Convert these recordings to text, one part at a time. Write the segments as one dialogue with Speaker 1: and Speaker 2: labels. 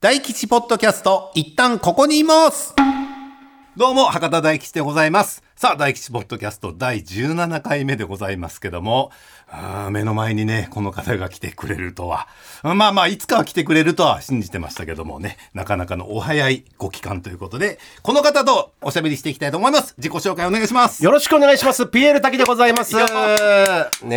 Speaker 1: 大吉ポッドキャスト、一旦ここにいますどうも、博多大吉でございます。さあ、大吉ポッドキャスト第17回目でございますけども、あー目の前にね、この方が来てくれるとは、まあまあ、いつかは来てくれるとは信じてましたけどもね、なかなかのお早いご期間ということで、この方とおしゃべりしていきたいと思います。自己紹介お願いします。
Speaker 2: よろしくお願いします。ピエール滝でございます。
Speaker 1: よ
Speaker 2: ね
Speaker 1: っ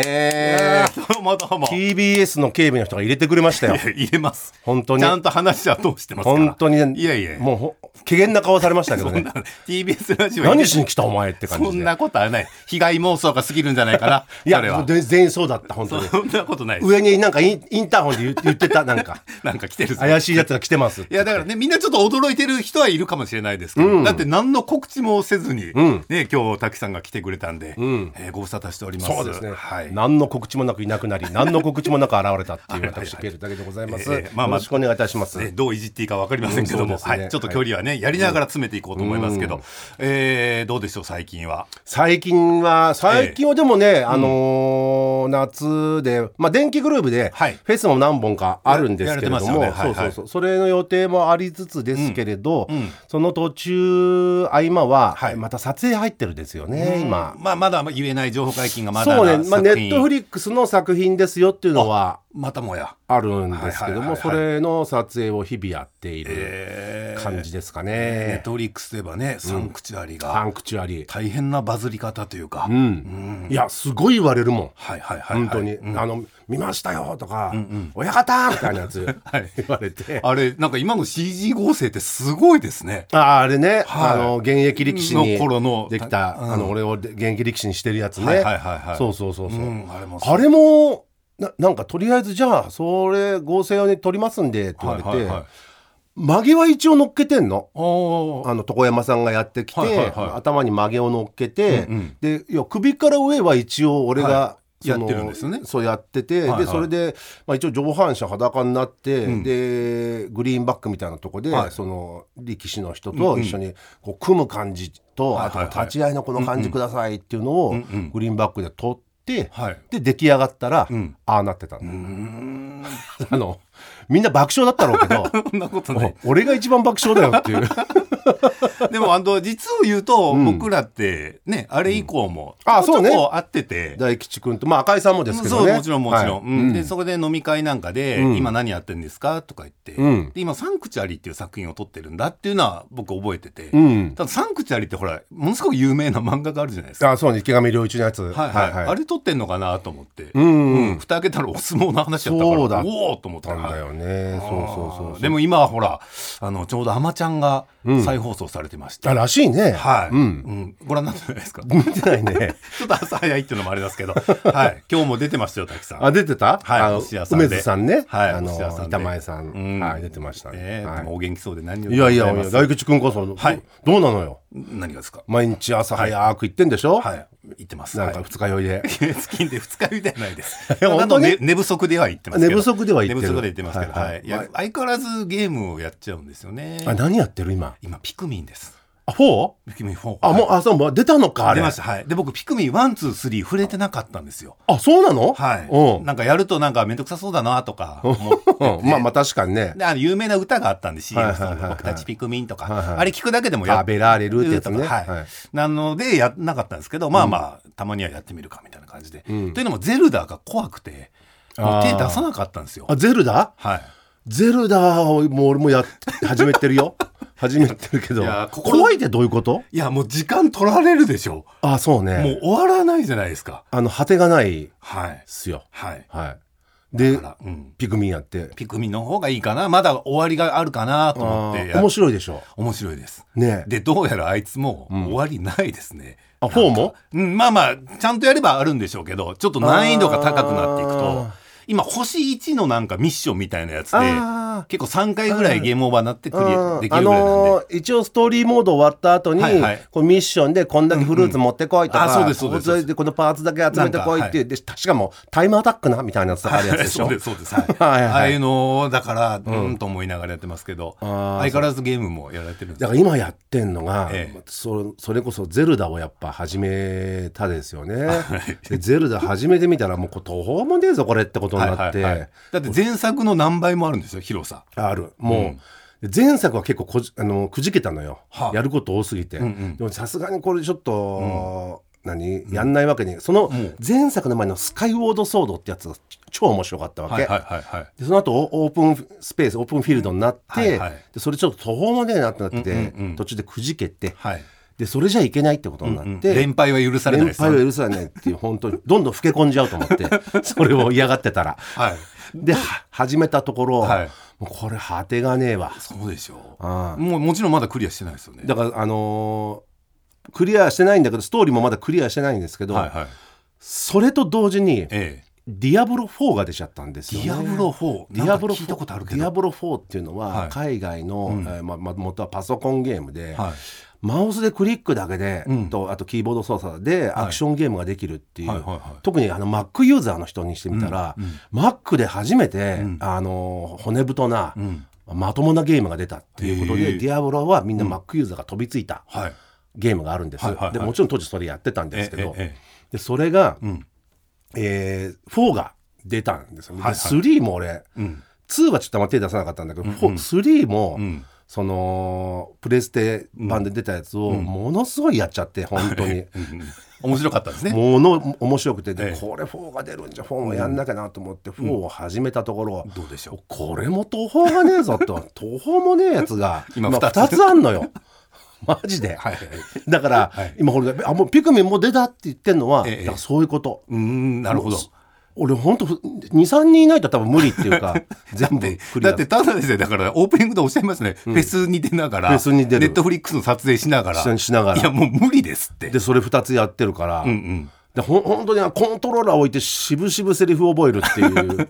Speaker 2: え。
Speaker 1: どうもどうも。い
Speaker 2: TBS の警備の人が入れてくれましたよ
Speaker 1: や。入れます。
Speaker 2: 本当に
Speaker 1: ちゃんと話は通してますから。
Speaker 2: 本当にね。
Speaker 1: いやいや。
Speaker 2: もうほ、機嫌な顔されましたけどね。
Speaker 1: TBS ラジオ
Speaker 2: 何しに来たお前って感
Speaker 1: そ
Speaker 2: じ
Speaker 1: ん
Speaker 2: で。
Speaker 1: なことはない。被害妄想が過ぎるんじゃないかな。
Speaker 2: い
Speaker 1: 彼
Speaker 2: や、
Speaker 1: は。
Speaker 2: で全員そうだった、本当に。
Speaker 1: そんなことないです。
Speaker 2: 上になんかインインターホンで言言ってた、なんか。
Speaker 1: なんか来てるぞ。
Speaker 2: 怪しいやつが来てます。
Speaker 1: いや、だからね、みんなちょっと驚いてる人はいるかもしれないですけど、だって何の告知もせずに、ね、今日、滝さんが来てくれたんで、えーご無沙汰しております。
Speaker 2: そうですね、
Speaker 1: はい。
Speaker 2: 何の告知もなくいなくなり、何の告知もなく現れたっていう私、ピエール滝でございます。
Speaker 1: え
Speaker 2: よ
Speaker 1: えまあまあ
Speaker 2: ろしくお願いいたします。
Speaker 1: ね、どういじっていいか分かりませんけども、
Speaker 2: うんそうです
Speaker 1: は
Speaker 2: ね
Speaker 1: い、ちょっと距離はね、やりながら詰めていこうと思いますけど、えーどうでしょう、最近は。
Speaker 2: 最近は最近はでもね、あのー夏で、まあ、電気グループでフ
Speaker 1: はい
Speaker 2: ェスも何本かあるんですけれど
Speaker 1: ややら
Speaker 2: も、
Speaker 1: れてますよねはい
Speaker 2: そ
Speaker 1: はいう
Speaker 2: そうそうそれの予定もありつつですけれど、その途中合間は、
Speaker 1: はい
Speaker 2: また撮影入ってるんですよね、今。
Speaker 1: まあ、まだ言えない情報解禁がまだ
Speaker 2: そうね、まあ、ネットフ
Speaker 1: リ
Speaker 2: リックスの作品ですよっていうのは
Speaker 1: またもや。
Speaker 2: あるんです
Speaker 1: はいはい
Speaker 2: けども
Speaker 1: はいはい
Speaker 2: それの撮影を日々やっている
Speaker 1: えー
Speaker 2: 感じですか
Speaker 1: ネッ
Speaker 2: ね。
Speaker 1: トフリックスといえばね、サンクチュアリ
Speaker 2: サ
Speaker 1: が
Speaker 2: ンクチュアリー、
Speaker 1: 大変なバズり方というか、
Speaker 2: うん、いやすごい言われるもん。
Speaker 1: はいはいはい、はい、
Speaker 2: 本当に、あの見ましたよとか、親方みたいなやつ
Speaker 1: はい
Speaker 2: 言われて、
Speaker 1: あれなんか今の CG 合成ってすごいですね。
Speaker 2: ああれね、
Speaker 1: はい
Speaker 2: あの現役力士に
Speaker 1: の頃の
Speaker 2: できた、あの俺を現役力士にしてるやつね、
Speaker 1: はいはいはいはい
Speaker 2: そうそうそうそう、
Speaker 1: うんあれも
Speaker 2: あれもななんかとりあえずじゃあそれ合成用に撮りますんでって言われて、
Speaker 1: はいはいはい
Speaker 2: 曲げは一応乗っけてんの。
Speaker 1: おー
Speaker 2: あの床山さんがやってきて、
Speaker 1: はいはいはい
Speaker 2: 頭に曲げを乗っけて、
Speaker 1: うんうん
Speaker 2: でいや首から上は一応俺が、
Speaker 1: は
Speaker 2: その
Speaker 1: やってるんですよね
Speaker 2: そうやってて、
Speaker 1: はいはい
Speaker 2: でそれで、まあ、一応上半身裸になって、でグリーンバックみたいなとこで、
Speaker 1: はい
Speaker 2: その力士の人と一緒にこう組む感じと、
Speaker 1: はいはいはい
Speaker 2: あと立ち合いのこの感じくださいっていうの
Speaker 1: ん
Speaker 2: を、
Speaker 1: うん
Speaker 2: グリーンバックで取って、
Speaker 1: はい。
Speaker 2: で出来上がったら、
Speaker 1: うん
Speaker 2: ああなってたの、
Speaker 1: う ーん。
Speaker 2: あのみんな爆笑だったろうけど
Speaker 1: そんなことない。
Speaker 2: お俺が一番爆笑だよって いう。
Speaker 1: でもあの実を言うと、
Speaker 2: ん
Speaker 1: 僕らってねあれ以降も、
Speaker 2: うんあそうね
Speaker 1: ちょこちょこ会ってて。
Speaker 2: 大吉君と、まあ、赤井さんもですけどね。
Speaker 1: そうもちろんもちろん、
Speaker 2: はい
Speaker 1: うん
Speaker 2: うん
Speaker 1: でそこで飲み会なんかで、
Speaker 2: うん
Speaker 1: 今何やってんですか?」とか言って、
Speaker 2: うん
Speaker 1: で今「サンクチュアリ」っていう作品を撮ってるんだっていうのは僕覚えてて、
Speaker 2: うん。
Speaker 1: ただサンクチュアリってほらものすごく有名な漫画があるじゃないですか。
Speaker 2: あ、そうね、池上良一のやつ。
Speaker 1: はいはいあれ撮ってんのかなと思って、
Speaker 2: うんうん
Speaker 1: うん蓋開けたらお相撲の話やったから
Speaker 2: そうだ
Speaker 1: おおと思っ
Speaker 2: な
Speaker 1: た
Speaker 2: んだ
Speaker 1: よ
Speaker 2: よね。そうそうそうそう。
Speaker 1: でも今はほらあのちょうど「あまちゃん」が再放送されてまして、
Speaker 2: あ、らしいね。
Speaker 1: はい、
Speaker 2: う。
Speaker 1: うんんご覧になってないですか
Speaker 2: 見てな いね。
Speaker 1: ちょっと朝早いっていうのもあれですけど、はい、今日も出てましたよ滝さん。
Speaker 2: あ、出てた
Speaker 1: はい
Speaker 2: あの
Speaker 1: お寿司屋さんで
Speaker 2: 梅津さんね。
Speaker 1: はい
Speaker 2: あ
Speaker 1: お寿司屋さん
Speaker 2: の、
Speaker 1: で
Speaker 2: 板前さん。
Speaker 1: ん
Speaker 2: はい、出てました
Speaker 1: え
Speaker 2: ね。
Speaker 1: え
Speaker 2: は
Speaker 1: でもお元気そうで何よ
Speaker 2: い
Speaker 1: り
Speaker 2: い
Speaker 1: でござ
Speaker 2: やいや
Speaker 1: ま
Speaker 2: いや、
Speaker 1: す
Speaker 2: 大吉君こそ、ど
Speaker 1: はい
Speaker 2: どうなのよ。
Speaker 1: 何がですか
Speaker 2: 毎日朝早く行ってんでしょ
Speaker 1: はい言ってます
Speaker 2: なんか
Speaker 1: はい
Speaker 2: 二日酔いで。
Speaker 1: 月金で2日酔いではないです。
Speaker 2: や本当に
Speaker 1: あのね寝不足では言ってますけど。
Speaker 2: 寝不足では言ってる
Speaker 1: 寝不足で言ってますけど。
Speaker 2: はいはい
Speaker 1: はいいや相変わらずゲームをやっちゃうんですよね。
Speaker 2: あ、何やってる今。
Speaker 1: 今、ピクミンです。
Speaker 2: あ、4?
Speaker 1: ピクミン4。
Speaker 2: あ、もう、あ、そう、もう出たのか、あ
Speaker 1: 出
Speaker 2: れ
Speaker 1: まし。た。はい。で、僕、ピクミン1、2、3触れてなかったんですよ。
Speaker 2: あ、そうなの
Speaker 1: はい。
Speaker 2: う
Speaker 1: なんかやるとなんかめんどくさそうだなとか思ってて。
Speaker 2: ん。うん。まあまあ、確かにね。
Speaker 1: であの有名な歌があったんで CM ソング
Speaker 2: はいはいはいはい
Speaker 1: 僕たちピクミン」とか、
Speaker 2: はいはい
Speaker 1: あれ聞くだけでもや
Speaker 2: あベラーレルってやつね
Speaker 1: とかはい
Speaker 2: はい
Speaker 1: なのでやんなかったんですけどまあまあたまにはやってみるかみたいな感じで、というのもゼルダが怖くてもう手出さなかったんですよ
Speaker 2: あ、ゼルダ
Speaker 1: はい
Speaker 2: ゼルダをもう俺もやっ始めて るよ始めてるけど
Speaker 1: いや心
Speaker 2: 怖いってどういうこと
Speaker 1: いやもう時間取られるでしょ
Speaker 2: あそう
Speaker 1: も
Speaker 2: ね
Speaker 1: う終わらないじゃないですか
Speaker 2: あの果てがないっ
Speaker 1: はい
Speaker 2: すよ
Speaker 1: はい
Speaker 2: はいで
Speaker 1: だから、うん、
Speaker 2: ピクミンやって
Speaker 1: ピクミンの方がいいかなまだ終わりがあるかなと思
Speaker 2: あ
Speaker 1: って
Speaker 2: ー
Speaker 1: や
Speaker 2: 面白いでしょ
Speaker 1: 面白いです
Speaker 2: ねえ
Speaker 1: でどうやらあいつも終わりないですね、
Speaker 2: あフォーも
Speaker 1: うん、まあまあ、ちゃんとやればあるんでしょうけど、ちょっと難易度が高くなっていくと
Speaker 2: あー、
Speaker 1: 今、星1のなんかミッションみたいなやつで、
Speaker 2: あー
Speaker 1: 結構3回ぐらいゲームオーバーになってクリア
Speaker 2: あ
Speaker 1: でき
Speaker 2: あ
Speaker 1: るぐらいなんで。
Speaker 2: のー一応ストーリーモード終わった後に、
Speaker 1: はいはい
Speaker 2: こうミッションでこんだけフルーツ持ってこいとか、
Speaker 1: うんうんあそうですそうです
Speaker 2: ここでこのパーツだけ集めてこいっていう、で確かもうタイムアタックなみたいなやつとかあるやつで し
Speaker 1: そ
Speaker 2: ょ
Speaker 1: うです、そうです。はい
Speaker 2: はいはい
Speaker 1: ああいうのを、だから、うーんと思いながらやってますけど、
Speaker 2: あー
Speaker 1: 相変わらずゲームもやられてるんです
Speaker 2: だから今やってんのが、
Speaker 1: ええ
Speaker 2: そそれこそゼルダをやっぱ始めたですよね。 でゼルダ始めてみたらもうこれ途方もねえぞこれってことになって、
Speaker 1: はいはいはいだって前作の何倍もあるんですよ、広さ。
Speaker 2: あるもう、前作は結構こじあのくじけたのよ、
Speaker 1: はあ
Speaker 2: やること多すぎて、
Speaker 1: んうん
Speaker 2: でもさすがにこれちょっと、何やんないわけに、その
Speaker 1: ん
Speaker 2: 前作の前の「スカイウォードソード」ってやつが超面白かったわけ、
Speaker 1: はいはいはいはい。
Speaker 2: でその後オオープンスペースオープンフィールドになって、
Speaker 1: はいはい
Speaker 2: でそれちょっと途方もねえなってなってて、
Speaker 1: うんうんうん
Speaker 2: 途中でくじけて
Speaker 1: はい。
Speaker 2: でそれじゃいけないってことになって、
Speaker 1: 連敗は許されない
Speaker 2: 連
Speaker 1: です
Speaker 2: 敗
Speaker 1: よ。
Speaker 2: は許されないっていう本当にどんどん老け込んじゃうと思って それを嫌がってたら
Speaker 1: はい。
Speaker 2: では始めたところ、
Speaker 1: はい
Speaker 2: もうこれ果てがねえわ
Speaker 1: そうでしょ
Speaker 2: あ
Speaker 1: う。もうもちろんまだクリアしてないですよね。
Speaker 2: だからあのークリアしてないんだけどストーリーもまだクリアしてないんですけど、
Speaker 1: はいはい。
Speaker 2: それと同時に
Speaker 1: え
Speaker 2: ディアブロ4が出ちゃったんです
Speaker 1: え。
Speaker 2: よ、ね、
Speaker 1: ディアブロ4。
Speaker 2: ディアブロ
Speaker 1: なんか聞いたことある
Speaker 2: 4
Speaker 1: け
Speaker 2: ディア
Speaker 1: ど。
Speaker 2: ブロ4っていうの
Speaker 1: は
Speaker 2: はい海外の、
Speaker 1: うん
Speaker 2: えーまま元はパソコンゲームで、
Speaker 1: はい。
Speaker 2: マウスでクリックだけで、
Speaker 1: うん
Speaker 2: とあとキーボード操作
Speaker 1: は
Speaker 2: で
Speaker 1: い
Speaker 2: アクションゲームができるっていう、
Speaker 1: はいはいはい
Speaker 2: 特にあの Mac ユーザーの人にしてみたら、
Speaker 1: うんうん
Speaker 2: Mac で初めて、
Speaker 1: うん
Speaker 2: あのー骨太な、
Speaker 1: うん。
Speaker 2: まともなゲームが出たっていうこと
Speaker 1: へえ
Speaker 2: で、ディアブロはみんな Mac ユーザーが飛びついた
Speaker 1: はい。
Speaker 2: ゲームがあるんです、
Speaker 1: はいはいはい
Speaker 2: でもちろん当時それやってたんですけど、
Speaker 1: えええ
Speaker 2: でそれが、
Speaker 1: えうん。
Speaker 2: えー、4が出たんですよね、
Speaker 1: はいはい
Speaker 2: で3も俺
Speaker 1: うん。
Speaker 2: 2はちょっとあんま手出さなかったんだけど、
Speaker 1: うんうん
Speaker 2: フォー3も、
Speaker 1: うん。
Speaker 2: そのプレステ版で出たやつを
Speaker 1: うん
Speaker 2: ものすごいやっちゃって本当
Speaker 1: うん
Speaker 2: に。
Speaker 1: うん面白かったですね。
Speaker 2: もの面白くて、で
Speaker 1: ええ
Speaker 2: これ4が出るんじゃ4もやんなきゃなと思って4を始めたところ、
Speaker 1: どうでしょう。
Speaker 2: これも途方がねえぞ と途方もねえやつが
Speaker 1: 今
Speaker 2: まあ
Speaker 1: 二つ
Speaker 2: 二つあんのよ マジで、
Speaker 1: はいはい。
Speaker 2: だから、
Speaker 1: はい
Speaker 2: 今これあもうピクミンも出たって言ってんのは、
Speaker 1: ええ
Speaker 2: だからそういうこと
Speaker 1: うーん、なるほど。
Speaker 2: 俺ほんと23人いないと多分無理っ ていうか全部
Speaker 1: で
Speaker 2: クリ
Speaker 1: だ
Speaker 2: ア
Speaker 1: ってただですねだからオープニングでおっしゃいますね、フェスに出ながら
Speaker 2: フェスに出
Speaker 1: ネ
Speaker 2: る
Speaker 1: ットフリックスの撮影しながら
Speaker 2: 出演しながら
Speaker 1: いやもう無理ですって
Speaker 2: でそれ2つやってるから、
Speaker 1: うんうん、
Speaker 2: でほん本当にコントローラー置いて渋々セリフを覚えるっ ていう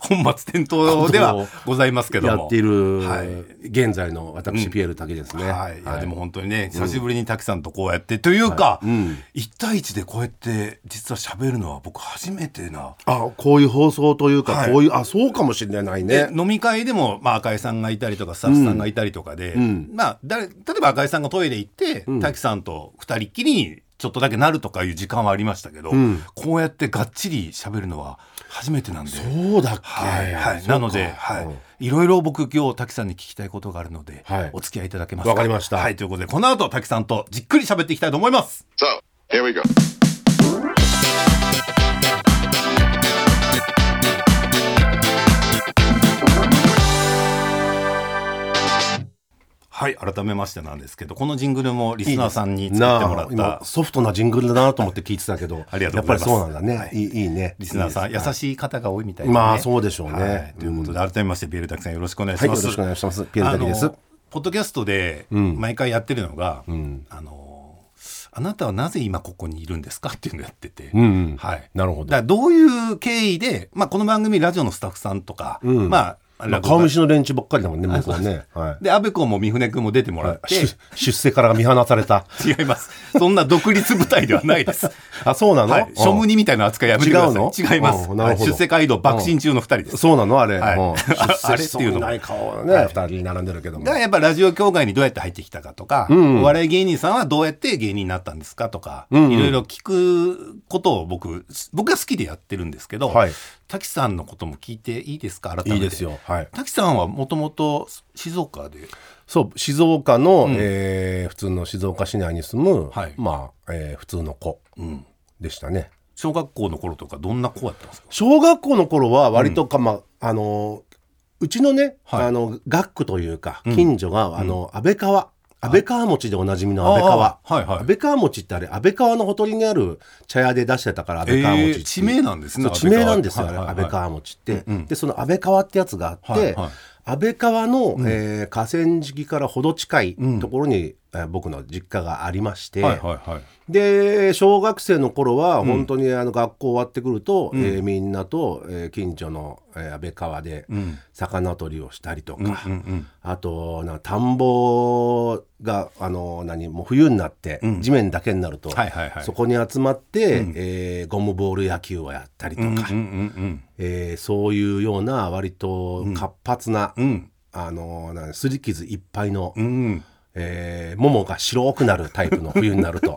Speaker 1: 本末転倒で はございますけど
Speaker 2: や
Speaker 1: も
Speaker 2: っている、
Speaker 1: はい
Speaker 2: 現在の私ピエールだけですね、
Speaker 1: はい、いや
Speaker 2: はい
Speaker 1: でも本当にね、久しぶりに滝さんとこうやって、というか、
Speaker 2: うん
Speaker 1: 一対一でこうやって実は喋るのは僕初めてな、
Speaker 2: あこういう放送というか、
Speaker 1: はい
Speaker 2: こういうあそうかもしれない
Speaker 1: で
Speaker 2: ね
Speaker 1: 飲み会でも、まあ、赤井さんがいたりとかスタッフさんがいたりとかで、
Speaker 2: ん
Speaker 1: まあ、誰例えば赤井さんがトイレ行って、滝さんと二人っきりにちょっとだけなるとかいう時間はありましたけど、
Speaker 2: ん
Speaker 1: こうやってがっちり喋るのは初めてなんで。
Speaker 2: そうだっけ、
Speaker 1: はい、はい、
Speaker 2: そうか
Speaker 1: なので、は
Speaker 2: うん
Speaker 1: い、いろいろ僕今日滝さんに聞きたいことがあるので、
Speaker 2: はい
Speaker 1: お付き合いいただけますか。
Speaker 2: わかりました
Speaker 1: はい、ということで、この後滝さんとじっくり喋っていきたいと思います。
Speaker 3: So, here we go.
Speaker 1: はい、改めましてなんですけど、このジングルもリスナーさんに作ってもらった。
Speaker 2: なあ今ソフトなジングルだなと思って聞いてたけど
Speaker 1: ありがとうございます
Speaker 2: やっぱりそうなんだね、
Speaker 1: はい
Speaker 2: い、いいいね
Speaker 1: リスナーさん、
Speaker 2: いいです
Speaker 1: 優しい方が多いみたいな、ね。
Speaker 2: まあそうでしょうね
Speaker 1: はいということで、改めまして、ビエールタクさんよろしくお願いし
Speaker 2: はい
Speaker 1: ま
Speaker 2: よ
Speaker 1: す。
Speaker 2: ろしくお願いしますピエールだけです
Speaker 1: あのポッドキャストで、
Speaker 2: ん
Speaker 1: 毎回やってるのが、あの、あなたはなぜ今ここにいるんですかっていうのをやってて。
Speaker 2: うんうん
Speaker 1: はい。
Speaker 2: なるほ
Speaker 1: だか
Speaker 2: ど
Speaker 1: らどういう経緯で、まあ、この番組ラジオのスタッフさんとか、
Speaker 2: うん
Speaker 1: まあ
Speaker 2: まあ
Speaker 1: 落語
Speaker 2: 顔
Speaker 1: 家
Speaker 2: 見知りの連中ばっかりだもんね向こうね、はい
Speaker 1: で安部君も三船君も出てもらっ
Speaker 2: はい
Speaker 1: て、
Speaker 2: 出出世から見放された
Speaker 1: 違いますそんな独立部隊ではないです、
Speaker 2: あそうなの、
Speaker 1: はい、庶務にみたいな扱いやめてください
Speaker 2: 違うの
Speaker 1: 違います、
Speaker 2: うんなるほど
Speaker 1: 出世街道爆心中の2人です、
Speaker 2: そうなのあれ、
Speaker 1: はい
Speaker 2: うん
Speaker 1: あれっていうの
Speaker 2: 出世しそうない顔のね、
Speaker 1: はい
Speaker 2: 二人並んでるけども
Speaker 1: だからやっぱラジオ協会にどうやって入ってきたかとか、
Speaker 2: うん
Speaker 1: お笑い芸人さんはどうやって芸人になったんですかとか、
Speaker 2: うん
Speaker 1: いろいろ聞くことを僕、僕が好きでやってるんですけど、
Speaker 2: はい
Speaker 1: 滝さんのことも聞いていいですか改めて。
Speaker 2: いいですよはい
Speaker 1: 滝さんはもともと静岡で、
Speaker 2: そう静岡の、
Speaker 1: ん
Speaker 2: えー普通の静岡市内に住む、
Speaker 1: はい
Speaker 2: まあ、えー普通の子
Speaker 1: うん
Speaker 2: でしたね
Speaker 1: 小学校の頃とかどんな子やったんですか
Speaker 2: 小学校の頃は割とか、まああのうちのね、
Speaker 1: はい
Speaker 2: あの学区というか
Speaker 1: ん
Speaker 2: 近所が、あの安倍川安倍川餅でおなじみの安倍川
Speaker 1: あーはいはい
Speaker 2: 安倍川餅ってあれ安倍川のほとりにある茶屋で出してたから安倍川餅っていう、
Speaker 1: えー地名なんですね
Speaker 2: そう
Speaker 1: 安
Speaker 2: 地
Speaker 1: 倍川
Speaker 2: 名なんですよ、
Speaker 1: はいはいはい
Speaker 2: あれ安倍川餅って、
Speaker 1: うんうん
Speaker 2: でその安倍川ってやつがあって、
Speaker 1: はいはい
Speaker 2: 安倍川の、えー河川敷からほど近い
Speaker 1: うん
Speaker 2: ところに、えー僕の実家がありまして、
Speaker 1: はいはい。
Speaker 2: で小学生の頃は本当にあの学校終わってくると、えーみんなと、えー近所の、えー安倍川で
Speaker 1: うん。
Speaker 2: 魚取りをしたりとか、
Speaker 1: うんうん
Speaker 2: あとな田んぼがあの何もう冬になって、
Speaker 1: うん
Speaker 2: 地面だけになると、
Speaker 1: はいはいはい
Speaker 2: そこに集まって、
Speaker 1: うん
Speaker 2: えーゴムボール野球をやったりと
Speaker 1: う
Speaker 2: か、
Speaker 1: ん。うんうん
Speaker 2: えーそういうような割と活発な、
Speaker 1: うんうん。
Speaker 2: あのなんすり傷いっぱいの、
Speaker 1: うん。うん。
Speaker 2: えー、ももが白くなるタイプの冬になると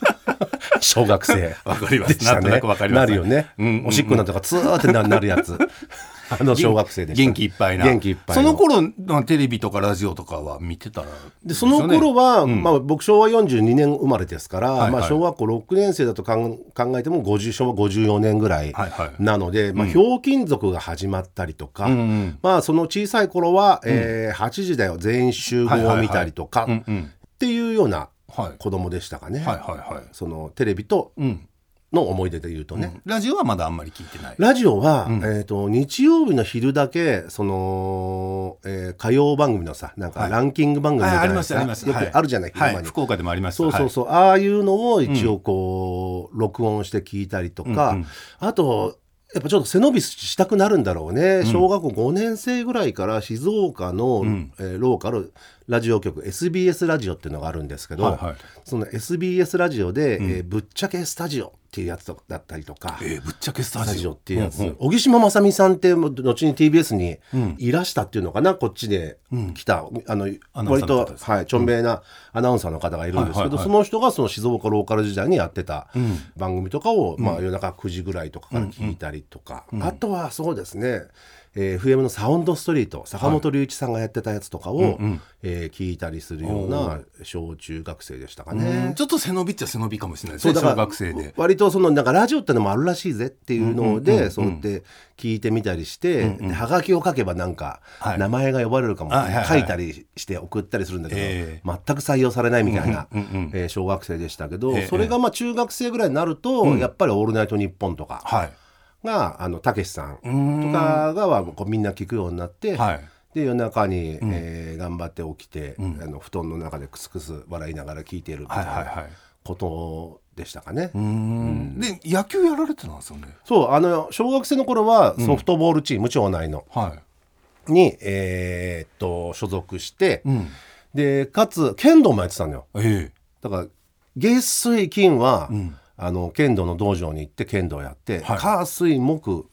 Speaker 2: 小学生
Speaker 1: わかります
Speaker 2: でした
Speaker 1: なんとなくわかります
Speaker 2: なるよね、
Speaker 1: うんうんうん
Speaker 2: おしっこなんとかツーってななる やつあの小学生でした
Speaker 1: 元気いっぱいな
Speaker 2: 元気いっぱい
Speaker 1: そ
Speaker 2: の
Speaker 1: の頃のテレビとかラジオとかは見てたら
Speaker 2: でその頃は、
Speaker 1: うん
Speaker 2: まあ、僕昭和42年生まれですから、
Speaker 1: いはい
Speaker 2: まあ、小学校6年生だとかん考えても50昭和54年ぐらい
Speaker 1: はいはい
Speaker 2: なので、まあ、ひょうきん族が始まったりとか、
Speaker 1: うんうん
Speaker 2: まあ、その小さい頃は、えー8時だよ全員集合を見たりとか
Speaker 1: うんうん
Speaker 2: っていうような
Speaker 1: はい
Speaker 2: 子供でしたかね、
Speaker 1: はいはいはい
Speaker 2: そのテレビと
Speaker 1: うん
Speaker 2: の思い出で言うとね。
Speaker 1: ねラジオはまだあんまり聞いてない
Speaker 2: ラジオは、
Speaker 1: うん
Speaker 2: えー、と日曜日の昼だけその、えー歌謡番組のさなん
Speaker 1: は
Speaker 2: か
Speaker 1: い
Speaker 2: ランキング番組みたいな
Speaker 1: はいありま
Speaker 2: や
Speaker 1: す
Speaker 2: つ
Speaker 1: あります
Speaker 2: よ
Speaker 1: はい
Speaker 2: くあるじゃない、昼
Speaker 1: は
Speaker 2: 間
Speaker 1: い
Speaker 2: に
Speaker 1: 福岡でもあります
Speaker 2: そうそう
Speaker 1: う
Speaker 2: そう、ああいうのを一応こう、録音して聞いたりとか、
Speaker 1: うんうん
Speaker 2: あとやっぱちょっと背伸びしたくなるんだろうね、
Speaker 1: ん
Speaker 2: 小学校5年生ぐらいから静岡の、
Speaker 1: うん
Speaker 2: えーローカルラジオ局 SBS ラジオっていうのがあるんですけど、
Speaker 1: はいはい
Speaker 2: その SBS ラジオで、
Speaker 1: うん
Speaker 2: えーぶっちゃけスタジオ」っていうやつだったりとか。
Speaker 1: えーぶっちゃけスタ
Speaker 2: スタジ
Speaker 1: ジ
Speaker 2: オ
Speaker 1: オ
Speaker 2: っていうやつ、
Speaker 1: んん
Speaker 2: 小木島正美さんってもう後に TBS に
Speaker 1: うん
Speaker 2: いらしたっていうのかな、こっちで
Speaker 1: うん
Speaker 2: 来た、あの
Speaker 1: アナウンサ
Speaker 2: 割
Speaker 1: ーの方
Speaker 2: と
Speaker 1: で、す
Speaker 2: はい、ちょんべいなアナウンサーの方がいるんですけど、
Speaker 1: はいはいはい
Speaker 2: その人がその静岡ローカル時代にやってた
Speaker 1: うん
Speaker 2: 番組とかを、まあ、夜中9時ぐらいとかから聞いたりとか、あとはそうですね、えー FM のサウンドストリート坂本龍一さんがやってたやつとかを、
Speaker 1: うん
Speaker 2: えー聞いたりするよう
Speaker 1: お
Speaker 2: な小中学生でしたか
Speaker 1: う
Speaker 2: ね
Speaker 1: ん。ちょっと背伸びっちゃ背伸びかもしれないです
Speaker 2: そ
Speaker 1: ね
Speaker 2: うだか
Speaker 1: 小
Speaker 2: ら
Speaker 1: 学生で
Speaker 2: 割とそのなんかラジオってのもあるらしいぜっていうので、
Speaker 1: うんうんうん
Speaker 2: そうやって聞いてみたりして、
Speaker 1: うんうん
Speaker 2: ではがきを書けばなんか
Speaker 1: はい
Speaker 2: 名前が呼ばれるかも、
Speaker 1: あはいはい
Speaker 2: 書いたりして送ったりするんだけど、
Speaker 1: え
Speaker 2: 全く採用されないみたいな、
Speaker 1: うんうんうん
Speaker 2: えー小学生でしたけど、
Speaker 1: ええ
Speaker 2: それがまあ中学生ぐらいになると、やっぱり「オールナイトニッポン」とか
Speaker 1: はい
Speaker 2: があのたけしさん
Speaker 1: うーん
Speaker 2: とかがはこうみんな聞くようになって。
Speaker 1: はい
Speaker 2: で夜中に、えー頑張って起きて、
Speaker 1: うん
Speaker 2: あの布団の中でクスクス笑いながら聞いているみた
Speaker 1: はいいはい
Speaker 2: な
Speaker 1: はい
Speaker 2: ことでしたかね。
Speaker 1: うーんで野球やられてたんですよね
Speaker 2: そうあの小学生の頃はソフトボールチーム、町内の
Speaker 1: は
Speaker 2: に、えーっと所属して、
Speaker 1: いうん
Speaker 2: でかつ剣道もやってたのよ
Speaker 1: え
Speaker 2: だから月水金は、
Speaker 1: ん
Speaker 2: あの剣道の道場に行って剣道やって、
Speaker 1: はい
Speaker 2: 火水木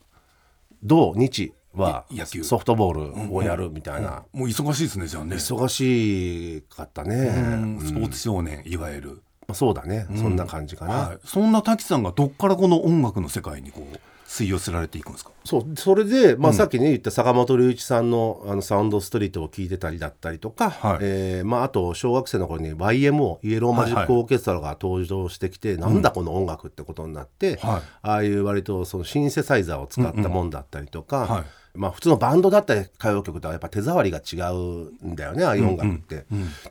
Speaker 2: 土日はい
Speaker 1: 野球
Speaker 2: ソフトボールをやるみたいな、
Speaker 1: えもう忙しいですねじゃあね
Speaker 2: 忙しかったね、
Speaker 1: うんスポーツ少年いわゆる
Speaker 2: まあそうだね、そんな感じかな、
Speaker 1: はい、そんな滝さんがどっからこの音楽の世界にこう吸い寄せられていくんですか
Speaker 2: そうそれで、まあ、さっきね言った坂本龍一さんのあのサウンドストリートを聞いてたりだったりとか、
Speaker 1: はい
Speaker 2: えーまあ、あと小学生の頃に YMO イエローマジックオーケストラが登場してきて、なんだこの音楽ってことになって、
Speaker 1: はい
Speaker 2: ああいう割とそのシンセサイザーを使ったもんだったりとか、
Speaker 1: うんはい
Speaker 2: まあ、普通のバンドだったり歌謡曲とはやっぱ手触りが違うんだよねああいう音楽って、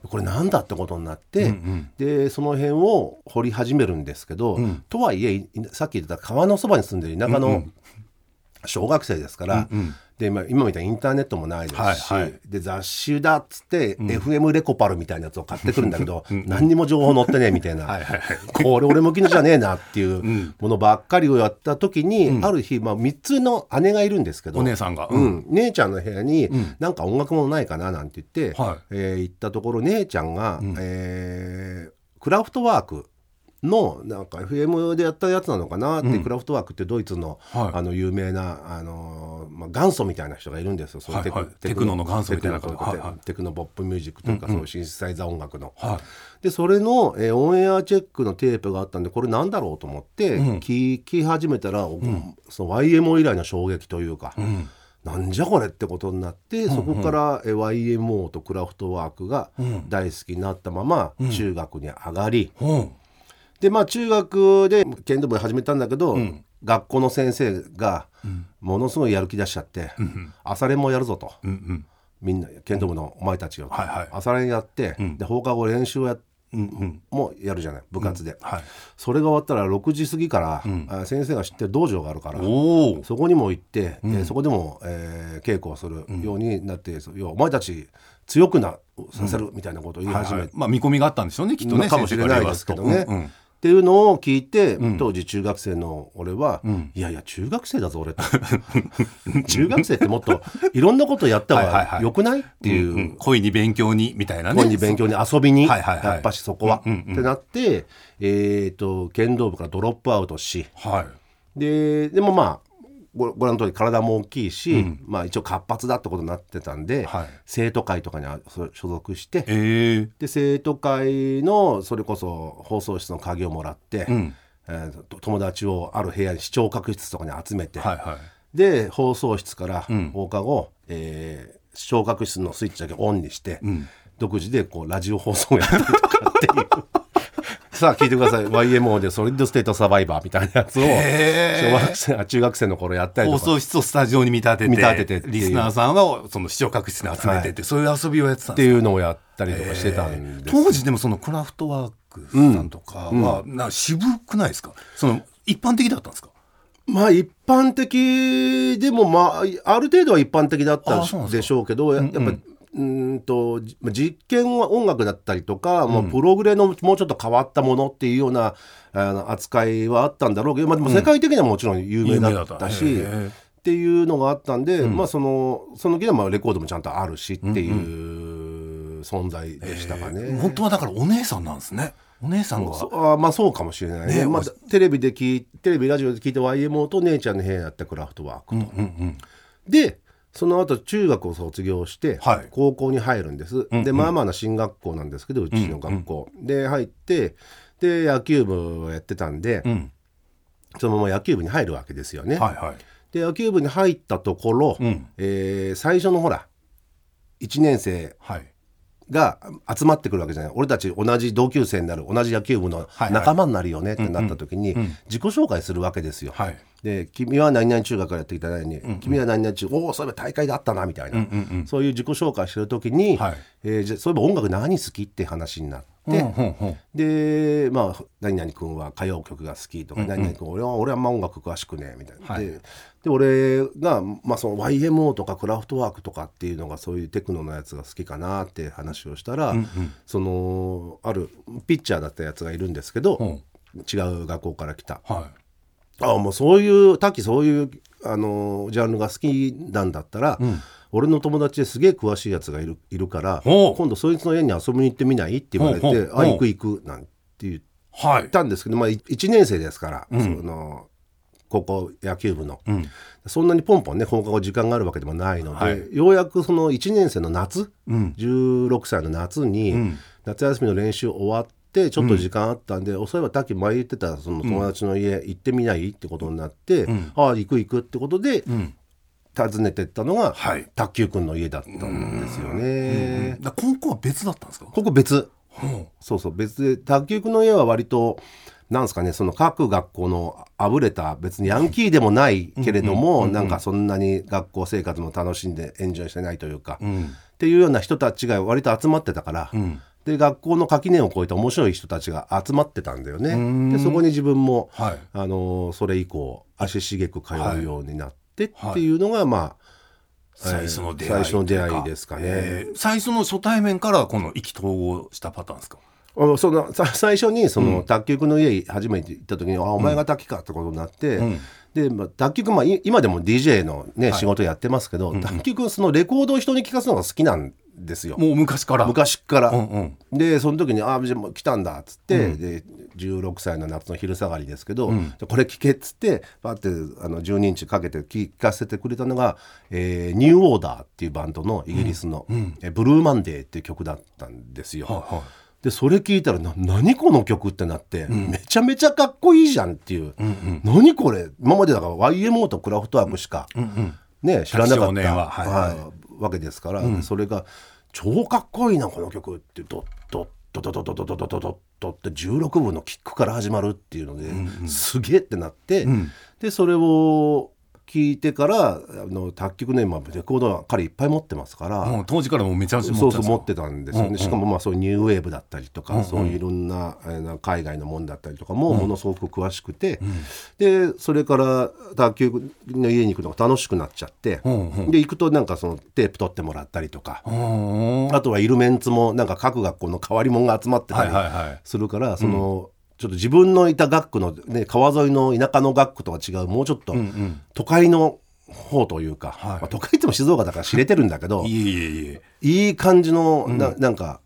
Speaker 2: これなんだってことになって、
Speaker 1: ん
Speaker 2: でその辺を掘り始めるんですけど、
Speaker 1: ん
Speaker 2: とはいえいさっき言ってた川のそばに住んでる田舎の小学生ですから、
Speaker 1: うんうん
Speaker 2: でまあ今みたいにインターネットもないですし、
Speaker 1: はいはい
Speaker 2: で雑誌だっつって、FM レコパルみたいなやつを買ってくるんだ けど何にも情報載ってねえみたいな
Speaker 1: はいはいはい
Speaker 2: これ俺向きのじゃねえなっていううんものばっかりをやった時に、ある日、まあ、3つの姉がいるんですけど
Speaker 1: お姉さんが、
Speaker 2: う
Speaker 1: うん
Speaker 2: ん、姉ちゃんの部屋に、なんか音楽ものないかななんて言って、
Speaker 1: はい
Speaker 2: えー行ったところ姉ちゃんが、えークラフトワークのなんか FM でやったやつなのかなって、クラフトワークってドイツの,、
Speaker 1: はい
Speaker 2: あの有名な、あのーまあ、元祖みたいな人がいるんですよその
Speaker 1: はいはいテクノの元祖みたいな
Speaker 2: テクノ
Speaker 1: はいはい
Speaker 2: テクノポップミュージックというか、そういうシンセサイザー音楽の。
Speaker 1: は
Speaker 2: でそれの、えーオンエアチェックのテープがあったんでこれなんだろうと思って、
Speaker 1: うん
Speaker 2: 聞き始めたら、その YMO 以来の衝撃というか、
Speaker 1: い、うん
Speaker 2: なんじゃこれってことになって、そこからえ YMO とクラフトワークが
Speaker 1: うん
Speaker 2: 大好きになったまま中学に上がり、
Speaker 1: うん
Speaker 2: でまあ中学で剣道部始めたんだけど、
Speaker 1: うん
Speaker 2: 学校の先生がものすごいやる気出しちゃって
Speaker 1: うん
Speaker 2: 「朝練もやるぞ」と。
Speaker 1: うんうん
Speaker 2: みんな剣道部のお前たちを
Speaker 1: はいはい
Speaker 2: 朝練やって、
Speaker 1: ん
Speaker 2: で放課後練習をや
Speaker 1: うんうん
Speaker 2: もやるじゃない部活で、
Speaker 1: はい
Speaker 2: それが終わったら6時過ぎから、
Speaker 1: ん
Speaker 2: あ先生が知ってる道場があるから
Speaker 1: おお
Speaker 2: そこにも行って、えーそこでも、えー稽古をするようになって、そう要はお前たち強くなさせるみたいなことを言い始めて、
Speaker 1: まあ見込みがあったんでしょうねきっとね
Speaker 2: かもしれないですけどね。
Speaker 1: 先生から言わすと
Speaker 2: っていうのを聞いて、
Speaker 1: ん
Speaker 2: 当時中学生の俺は、いやいや中学生だぞ俺と 中学生ってもっといろんなことやった
Speaker 1: はいはい
Speaker 2: 方
Speaker 1: は
Speaker 2: が
Speaker 1: い
Speaker 2: よくないっていう
Speaker 1: うんうんうん恋に勉強にみたいなね
Speaker 2: 本に勉強に遊びに、
Speaker 1: はいはいはい
Speaker 2: やっぱしそこは、
Speaker 1: うんうん
Speaker 2: ってなって、えー、と剣道部からドロップアウトし
Speaker 1: はい
Speaker 2: ででもまあごご覧の通り体も大きいし、まあ、一応活発だってことになってたんで、
Speaker 1: はい
Speaker 2: 生徒会とかにあそ所属して
Speaker 1: ええ
Speaker 2: で生徒会のそれこそ放送室の鍵をもらって、えーと友達をある部屋に視聴覚室とかに集めて、
Speaker 1: はいは
Speaker 2: で放送室から放課後、えー視聴覚室のスイッチだけオンにして、独自でこうラジオ放送をやったりとかっていう さあ聞いてください YMO で「ソリッド・ステート・サバイバー」みたいなやつを
Speaker 1: へー
Speaker 2: 小学生あ中学生の頃やった
Speaker 1: い。
Speaker 2: り
Speaker 1: 放
Speaker 2: とかっ
Speaker 1: 送室をスタジオに見立てて
Speaker 2: 見立ててっていう
Speaker 1: リスナーさんはその視聴覚室に集めてって、そういう遊びをやってたん
Speaker 2: て
Speaker 1: です
Speaker 2: いうのをやったりとかしてたんです。
Speaker 1: 当時でもそのクラフトワークさんとかは、な渋くないですかその一般的だったんですか
Speaker 2: まあ一般的でもまあある程度は一般的だっ
Speaker 1: あ
Speaker 2: た
Speaker 1: そうなんですか
Speaker 2: でしょうけどややっぱうーんとじまあ実験は音楽だったりとか、もうプログレのもうちょっと変わったものっていうようなあの扱いはあったんだろうけど、まあ、でも世界的にはもちろん有名だったし、
Speaker 1: 有名だったへえ
Speaker 2: っていうのがあったんで、まあそのその時はまあレコードもちゃんとあるしっていう存在でしたかね。
Speaker 1: 本当はだからお姉さんなんですねお姉さんが
Speaker 2: そあーまあそうかもしれないね
Speaker 1: ね
Speaker 2: まあ、テレビで聞いテレビラジオで聞いた YMO と姉ちゃんの部屋やったクラフトワークと、でその後中学を卒業して
Speaker 1: はい
Speaker 2: 高校に入るんです、でまあまあな進学校なんですけどうちの学校、で入ってで野球部をやってたんで、
Speaker 1: ん
Speaker 2: そのまま野球部に入るわけですよね、
Speaker 1: はいはい
Speaker 2: で野球部に入ったところ、
Speaker 1: ん
Speaker 2: えー最初のほら1年生
Speaker 1: はい
Speaker 2: が集まってくるわけじゃない俺たち同じ同級生になる同じ野球部の
Speaker 1: はい
Speaker 2: 仲間になるよねってなった時に自己紹介するわけですよ。
Speaker 1: はい
Speaker 2: で君は何々中学からやってきたのに、君は何々中おおそういえば大会があったなみたいな、そういう自己紹介してる時に、
Speaker 1: はい
Speaker 2: えーじゃあそういえば音楽何好きって話になって。
Speaker 1: ほんほん
Speaker 2: でまあ「何々君は歌謡曲が好き」とか「何々君俺は俺はあんま音楽詳しくね」みたいな。
Speaker 1: はい
Speaker 2: でで俺が、まあ、その YMO とかクラフトワークとかっていうのがそういうテクノのやつが好きかなっていう話をしたら、そのあるピッチャーだったやつがいるんですけど、違う学校から来た。
Speaker 1: は
Speaker 2: あもうそういうタキそういうあのジャンルが好きなんだったら、俺の友達ですげえ詳しいやつがいるいるから
Speaker 1: おう
Speaker 2: 今度そいつの家に遊びに行ってみないって言われて
Speaker 1: ほう
Speaker 2: 「
Speaker 1: ほうほ
Speaker 2: あ
Speaker 1: う
Speaker 2: 行く行く」なんて言って。
Speaker 1: いは
Speaker 2: 行っ
Speaker 1: い
Speaker 2: たんですけど、まあ、い1年生ですから、その高校野球部の、そんなにポンポンね放課後時間があるわけでもないので、
Speaker 1: はい
Speaker 2: ようやくその1年生の夏、16歳の夏に、夏休みの練習終わって。ちょっと時間あったんで、そういえばさっき前言ってたその友達の家行ってみないってことになって、ああ行く行くってことで、訪ねてったのが、
Speaker 1: はい
Speaker 2: 卓球くんの家だったんですよね。
Speaker 1: だから高校は別だったんですか
Speaker 2: ここ別
Speaker 1: うん
Speaker 2: そうそう別で卓球の家は割となんですかねその各学校のあぶれた別にヤンキーでもないけれどもなんかそんなに学校生活も楽しんでエンジョイしてないというか、っていうような人たちが割と集まってたから、で学校の垣根を越えて面白い人たちが集まってたんだよね。でそこに自分も、
Speaker 1: はい
Speaker 2: あのーそれ以降足しげく通うようになってっていうのが、まあ
Speaker 1: 最初の出会い
Speaker 2: 最初の出会いですかね
Speaker 1: えー最初の初対面からこの意気投合したパターンですか
Speaker 2: あのそのさ最初にその、卓球くんの家に初めて行った時に「あお前が卓球か」ってことになって、で、まあ、卓球くん、まあ、い今でも DJ の、ね仕事やってますけど、卓球くんそのレコードを人に聴かすのが好きなんですよ
Speaker 1: もう昔から
Speaker 2: 昔から。
Speaker 1: うんうん
Speaker 2: でその時に「ああじゃあもう来たんだ」っつって、で16歳の夏の昼下がりですけど「じゃあこれ聴け」っつってパッてあの12インチかけて聴かせてくれたのが、えーニューオーダーっていうバンドのイギリスの「えブルーマンデー」っていう曲だったんですよ。
Speaker 1: はいはい
Speaker 2: でそれ聞いたらな何この曲ってなって、めちゃめちゃかっこいいじゃんっていう、何これ今までだから YMO とクラフトワークしか、ね、知らなかった
Speaker 1: 少年ははい
Speaker 2: はいわけですから、それが超かっこいいなこの曲ってドッドッドドドドドドドドドッドって16分のキックから始まるっていうので、すげえってなって、でそれを聞いてからあの卓球ね、まあ、レコードは彼いっぱい持ってますから。
Speaker 1: もう当時からもうめちゃめちゃ
Speaker 2: そうそう
Speaker 1: 持
Speaker 2: 持
Speaker 1: っ
Speaker 2: っててたんですよね、しかもまあそういうニューウェーブだったりとか、そういういろんなえーな海外のもんだったりとかもものすごく詳しくて、でそれから卓球の家に行くのが楽しくなっちゃって、
Speaker 1: ん
Speaker 2: で行くとなんかそのテープ取ってもらったりとか、
Speaker 1: たんですかうんうん
Speaker 2: あとはいるメンツもなんか各学校の変わり者が集まってたり
Speaker 1: はいはいはい
Speaker 2: するから、そのちょっと自分のいた学区の、ね、川沿いの田舎の学区とは違うもうちょっと都会の方というか、まあ都会っても静岡だから知れてるんだけど。
Speaker 1: いえいえいえ
Speaker 2: いい感じのななんか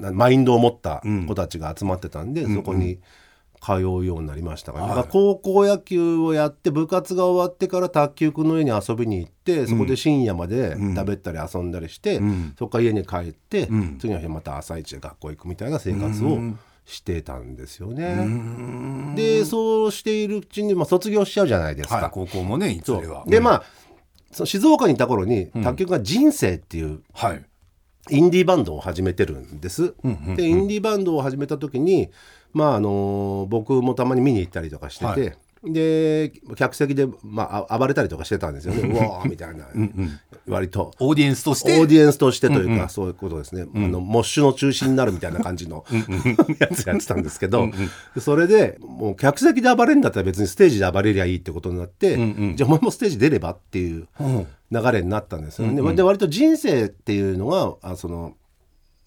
Speaker 2: なマインドを持った子たちが集まってたんで、そこに通うようになりましたが、ね、だから高校野球をやって部活が終わってから卓球くんの家に遊びに行ってそこで深夜まで
Speaker 1: うん
Speaker 2: 食べったり遊んだりして、
Speaker 1: うん
Speaker 2: そこから家に帰って、
Speaker 1: うん
Speaker 2: 次の日また朝一で学校行くみたいな生活をしてたんですよね。
Speaker 1: うん
Speaker 2: でそうしているうちに、まあ、卒業しちゃうじゃないですか。
Speaker 1: はい、高校もねいつ
Speaker 2: そ
Speaker 1: れは
Speaker 2: うで
Speaker 1: あ
Speaker 2: まあその静岡にいた頃に卓球が「人生」っていう
Speaker 1: はい
Speaker 2: インディーバンドを始めてるんです。
Speaker 1: うんうん
Speaker 2: でインディーバンドを始めた時に、まああの僕もたまに見に行ったりとかしてて、
Speaker 1: は
Speaker 2: で客席で、まあ、暴れたりとかしてたんですよねうわーみたいな割と。
Speaker 1: オーディエンスとし
Speaker 2: オー
Speaker 1: て
Speaker 2: ディエンスとしてというか、そういうことですね、あのモッシュの中心になるみたいな感じの やつやってたんですけどそれでもう客席で暴れるんだったら別にステージで暴れりゃいいってことになって、じゃあお前もステージ出ればっていう
Speaker 1: うん
Speaker 2: 流れになったんですよね。で割と人生っていうのがあその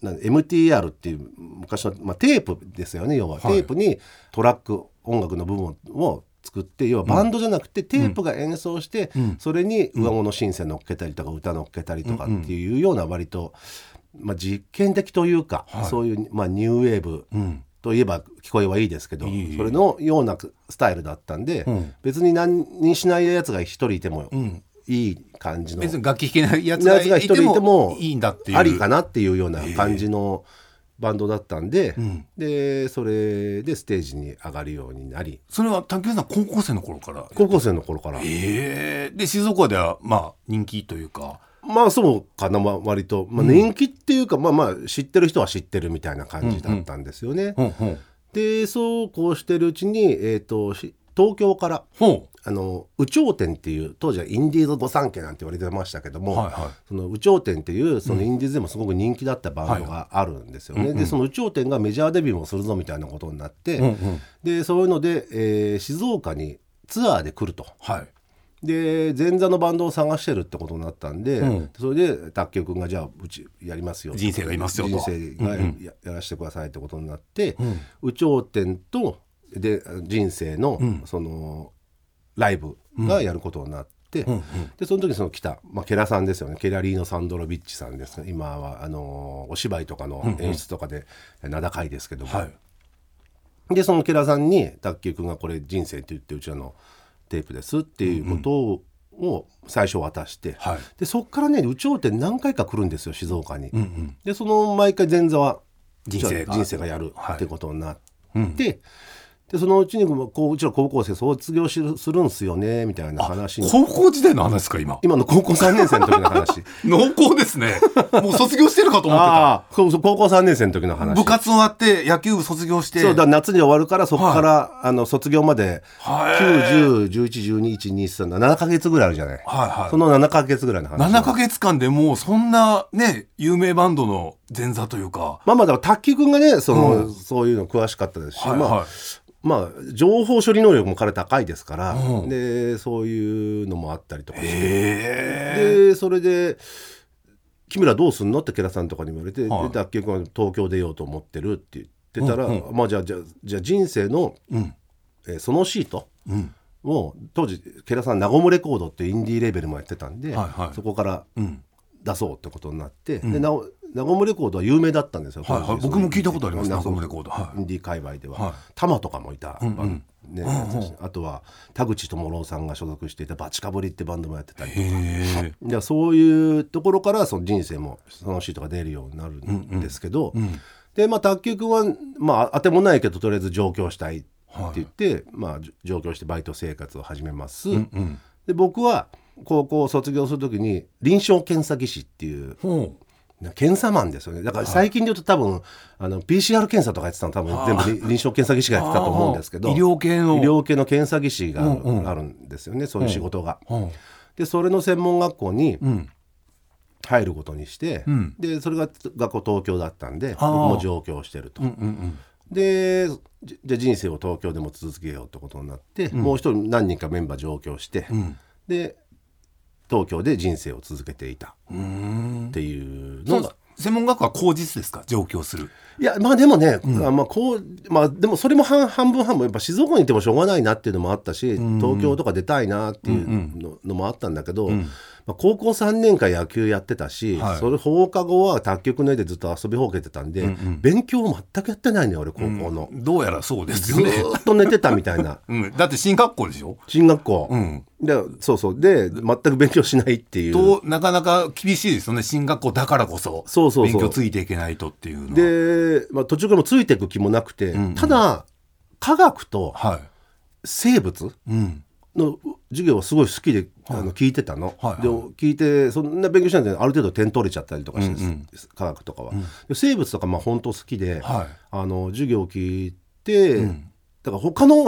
Speaker 2: なん MTR っていう昔の、まあ、テープですよね要は、テープにトラック音楽の部分を作って要はバンドじゃなくて、テープが演奏して、それに上物シンセ乗っけたりとか歌乗っけたりとかっていうような割と、まあ、実験的というか、そういう、まあ、ニューウェーブといえば聞こえはいいですけど、
Speaker 1: いい
Speaker 2: それのようなスタイルだったんで、
Speaker 1: うん
Speaker 2: 別に何にしないやつが一人いても
Speaker 1: ん
Speaker 2: いい感じの、
Speaker 1: 別に楽器弾けないやつ
Speaker 2: や
Speaker 1: が
Speaker 2: つが
Speaker 1: い
Speaker 2: 一人
Speaker 1: て
Speaker 2: いて
Speaker 1: も
Speaker 2: も
Speaker 1: いいんだっていう
Speaker 2: ありかなっていうような感じのバンドだったんで、
Speaker 1: ん
Speaker 2: でそれでステージに上がるようになり
Speaker 1: それは卓球さん高校生の頃から
Speaker 2: 高校生の頃から、
Speaker 1: ええで静岡ではまあ人気というか
Speaker 2: まあそうかな、まあ、割と、まあ、人気っていうか、まあまあ知ってる人は知ってるみたいな感じだったんですよね。
Speaker 1: ほうほう
Speaker 2: でそうこうしてるうちに、えー、とし東京から
Speaker 1: ほ
Speaker 2: あの「有頂天」っていう当時はインディーズ御三家なんて言われてましたけども、
Speaker 1: うはいは
Speaker 2: その「有頂天」っていうそのインディーズでもすごく人気だったバンドがあるんですよね。でその「有頂天」がメジャーデビューもするぞみたいなことになって、
Speaker 1: いうんうん
Speaker 2: でそういうので、えー静岡にツアーで来ると。
Speaker 1: はい
Speaker 2: で前座のバンドを探してるってことになったんで、
Speaker 1: うん
Speaker 2: それで卓球くんがじゃあうちやりますよ
Speaker 1: 人生がいますよと
Speaker 2: 人生がや,、やらせてくださいってことになって
Speaker 1: ん
Speaker 2: 「有頂天」とで人生の,、そのライブがやることになって、
Speaker 1: うんうん
Speaker 2: でその時にその来た、まあ、ケラさんですよねケラリーノ・サンドロビッチさんですね今はあのーお芝居とかの演出とかで名高いですけども、
Speaker 1: はい
Speaker 2: でそのケラさんに卓球くんがこれ人生って言ってうちらのテープですっていうことを,、最初渡して、
Speaker 1: はい
Speaker 2: でそっからね有頂天何回か来るんですよ静岡に。
Speaker 1: うんうん
Speaker 2: でその毎回前座は
Speaker 1: 人生が
Speaker 2: 人生がやる
Speaker 1: はい
Speaker 2: ってことになって、
Speaker 1: うん
Speaker 2: でそのうちにこううちら高校生卒業しするんすよねみたいな話に
Speaker 1: 高校時代の話ですか今
Speaker 2: 今の高校3年生の時の 話
Speaker 1: 濃厚ですねもう卒業してるかと思ってた
Speaker 2: ああそうそう高校3年生の時の話
Speaker 1: 部活終わって野球部卒業して
Speaker 2: そうだ夏に終わるからそこから、あの卒業まで
Speaker 1: はい
Speaker 2: 91011121237ヶ月ぐらいあるじゃない、
Speaker 1: はいはい
Speaker 2: その7ヶ月ぐらいの話
Speaker 1: 7ヶ月間でもうそんなね有名バンドの前座というか
Speaker 2: まあまあだから卓球くんがねその、そういうの詳しかったですし、
Speaker 1: はい
Speaker 2: ま
Speaker 1: は
Speaker 2: あまあ情報処理能力も彼高いですから、
Speaker 1: うん
Speaker 2: でそういうのもあったりとか
Speaker 1: い
Speaker 2: して、
Speaker 1: へえ
Speaker 2: でそれで「木村どうすんの?」ってケラさんとかに言われて「
Speaker 1: はい
Speaker 2: で卓球くんは東京出ようと思ってる」って言ってたら、
Speaker 1: うん
Speaker 2: まあじゃあじゃあじゃあ人生の、
Speaker 1: うん
Speaker 2: えーそのシート
Speaker 1: うん
Speaker 2: を当時ケラさんナゴムレコードっていうインディーレーベルもやってたんで、
Speaker 1: はいはい
Speaker 2: そこから
Speaker 1: うん
Speaker 2: 出そうってことになって、でなおナゴムレコードは有名だったんですよ、
Speaker 1: はいはい
Speaker 2: 当時
Speaker 1: 僕も聞いたことあります
Speaker 2: ナ
Speaker 1: ナゴムレコードはい
Speaker 2: インディー界隈では、
Speaker 1: はい
Speaker 2: タマとかもいた、
Speaker 1: んうん
Speaker 2: ねあとは田口智朗さんが所属していたバチカブリってバンドもやってたり
Speaker 1: へえ
Speaker 2: いやそういうところからその人生もそのシートが出るようになるんですけど、でまあ卓球くんは、まあ、当てもないけどとりあえず上京したいって言って、まあ、じょ上京してバイト生活を始めます。
Speaker 1: うん
Speaker 2: で僕は高校を卒業するときに臨床検査技師っていう
Speaker 1: ほ
Speaker 2: 検査マンですよねだから最近で言うと多分、あの PCR 検査とかやってたの多分全部り臨床検査技師がやってたと思うんですけど
Speaker 1: あー医療系の
Speaker 2: 医療系の検査技師がある,、
Speaker 1: うんうん
Speaker 2: んですよねそういう仕事が。
Speaker 1: ううん
Speaker 2: でそれの専門学校に
Speaker 1: うん
Speaker 2: 入ることにして、
Speaker 1: うん
Speaker 2: でそれが学校東京だったんで
Speaker 1: あー
Speaker 2: 僕も上京してると。
Speaker 1: うんうん
Speaker 2: でじじゃあ人生を東京でも続けようってことになって、もう一人何人かメンバー上京して、
Speaker 1: ん
Speaker 2: で東京で人生を続けていた
Speaker 1: うんうん
Speaker 2: っていう
Speaker 1: そ
Speaker 2: のが
Speaker 1: う専門学校は口実ですか上京する
Speaker 2: いやまあでもね、あまあこうまあでもそれも半半分半分やっぱ静岡にいてもしょうがないなっていうのもあったし、東京とか出たいなっていうの,、のもあったんだけど、まあ、高校3年間野球やってたし、
Speaker 1: はい
Speaker 2: それ放課後は卓球の家でずっと遊びほうけてたんで、勉強全くやってないね俺高校の、
Speaker 1: どうやらそうですよ
Speaker 2: ず
Speaker 1: ね。
Speaker 2: ーっと寝てたみたいな
Speaker 1: うん、だって進学校でしょ
Speaker 2: 進学校、
Speaker 1: ん
Speaker 2: でそうそうで全く勉強しないっていう
Speaker 1: となかなか厳しいですよね進学校だからこそ
Speaker 2: そうそうそう
Speaker 1: 勉強ついていけないとっていうのは
Speaker 2: で、まあ、途中からもついていく気もなくて、ただ科学と
Speaker 1: は
Speaker 2: 生物
Speaker 1: い、うん、
Speaker 2: の授業はすごい好きで、あの聞いてたの、
Speaker 1: はいはい
Speaker 2: で聞いてそんな勉強しないである程度点取れちゃったりとかして、
Speaker 1: うんう
Speaker 2: 科学とかは、で生物とかまあ本当好きで、
Speaker 1: はい
Speaker 2: あの授業を聞いて、だから他の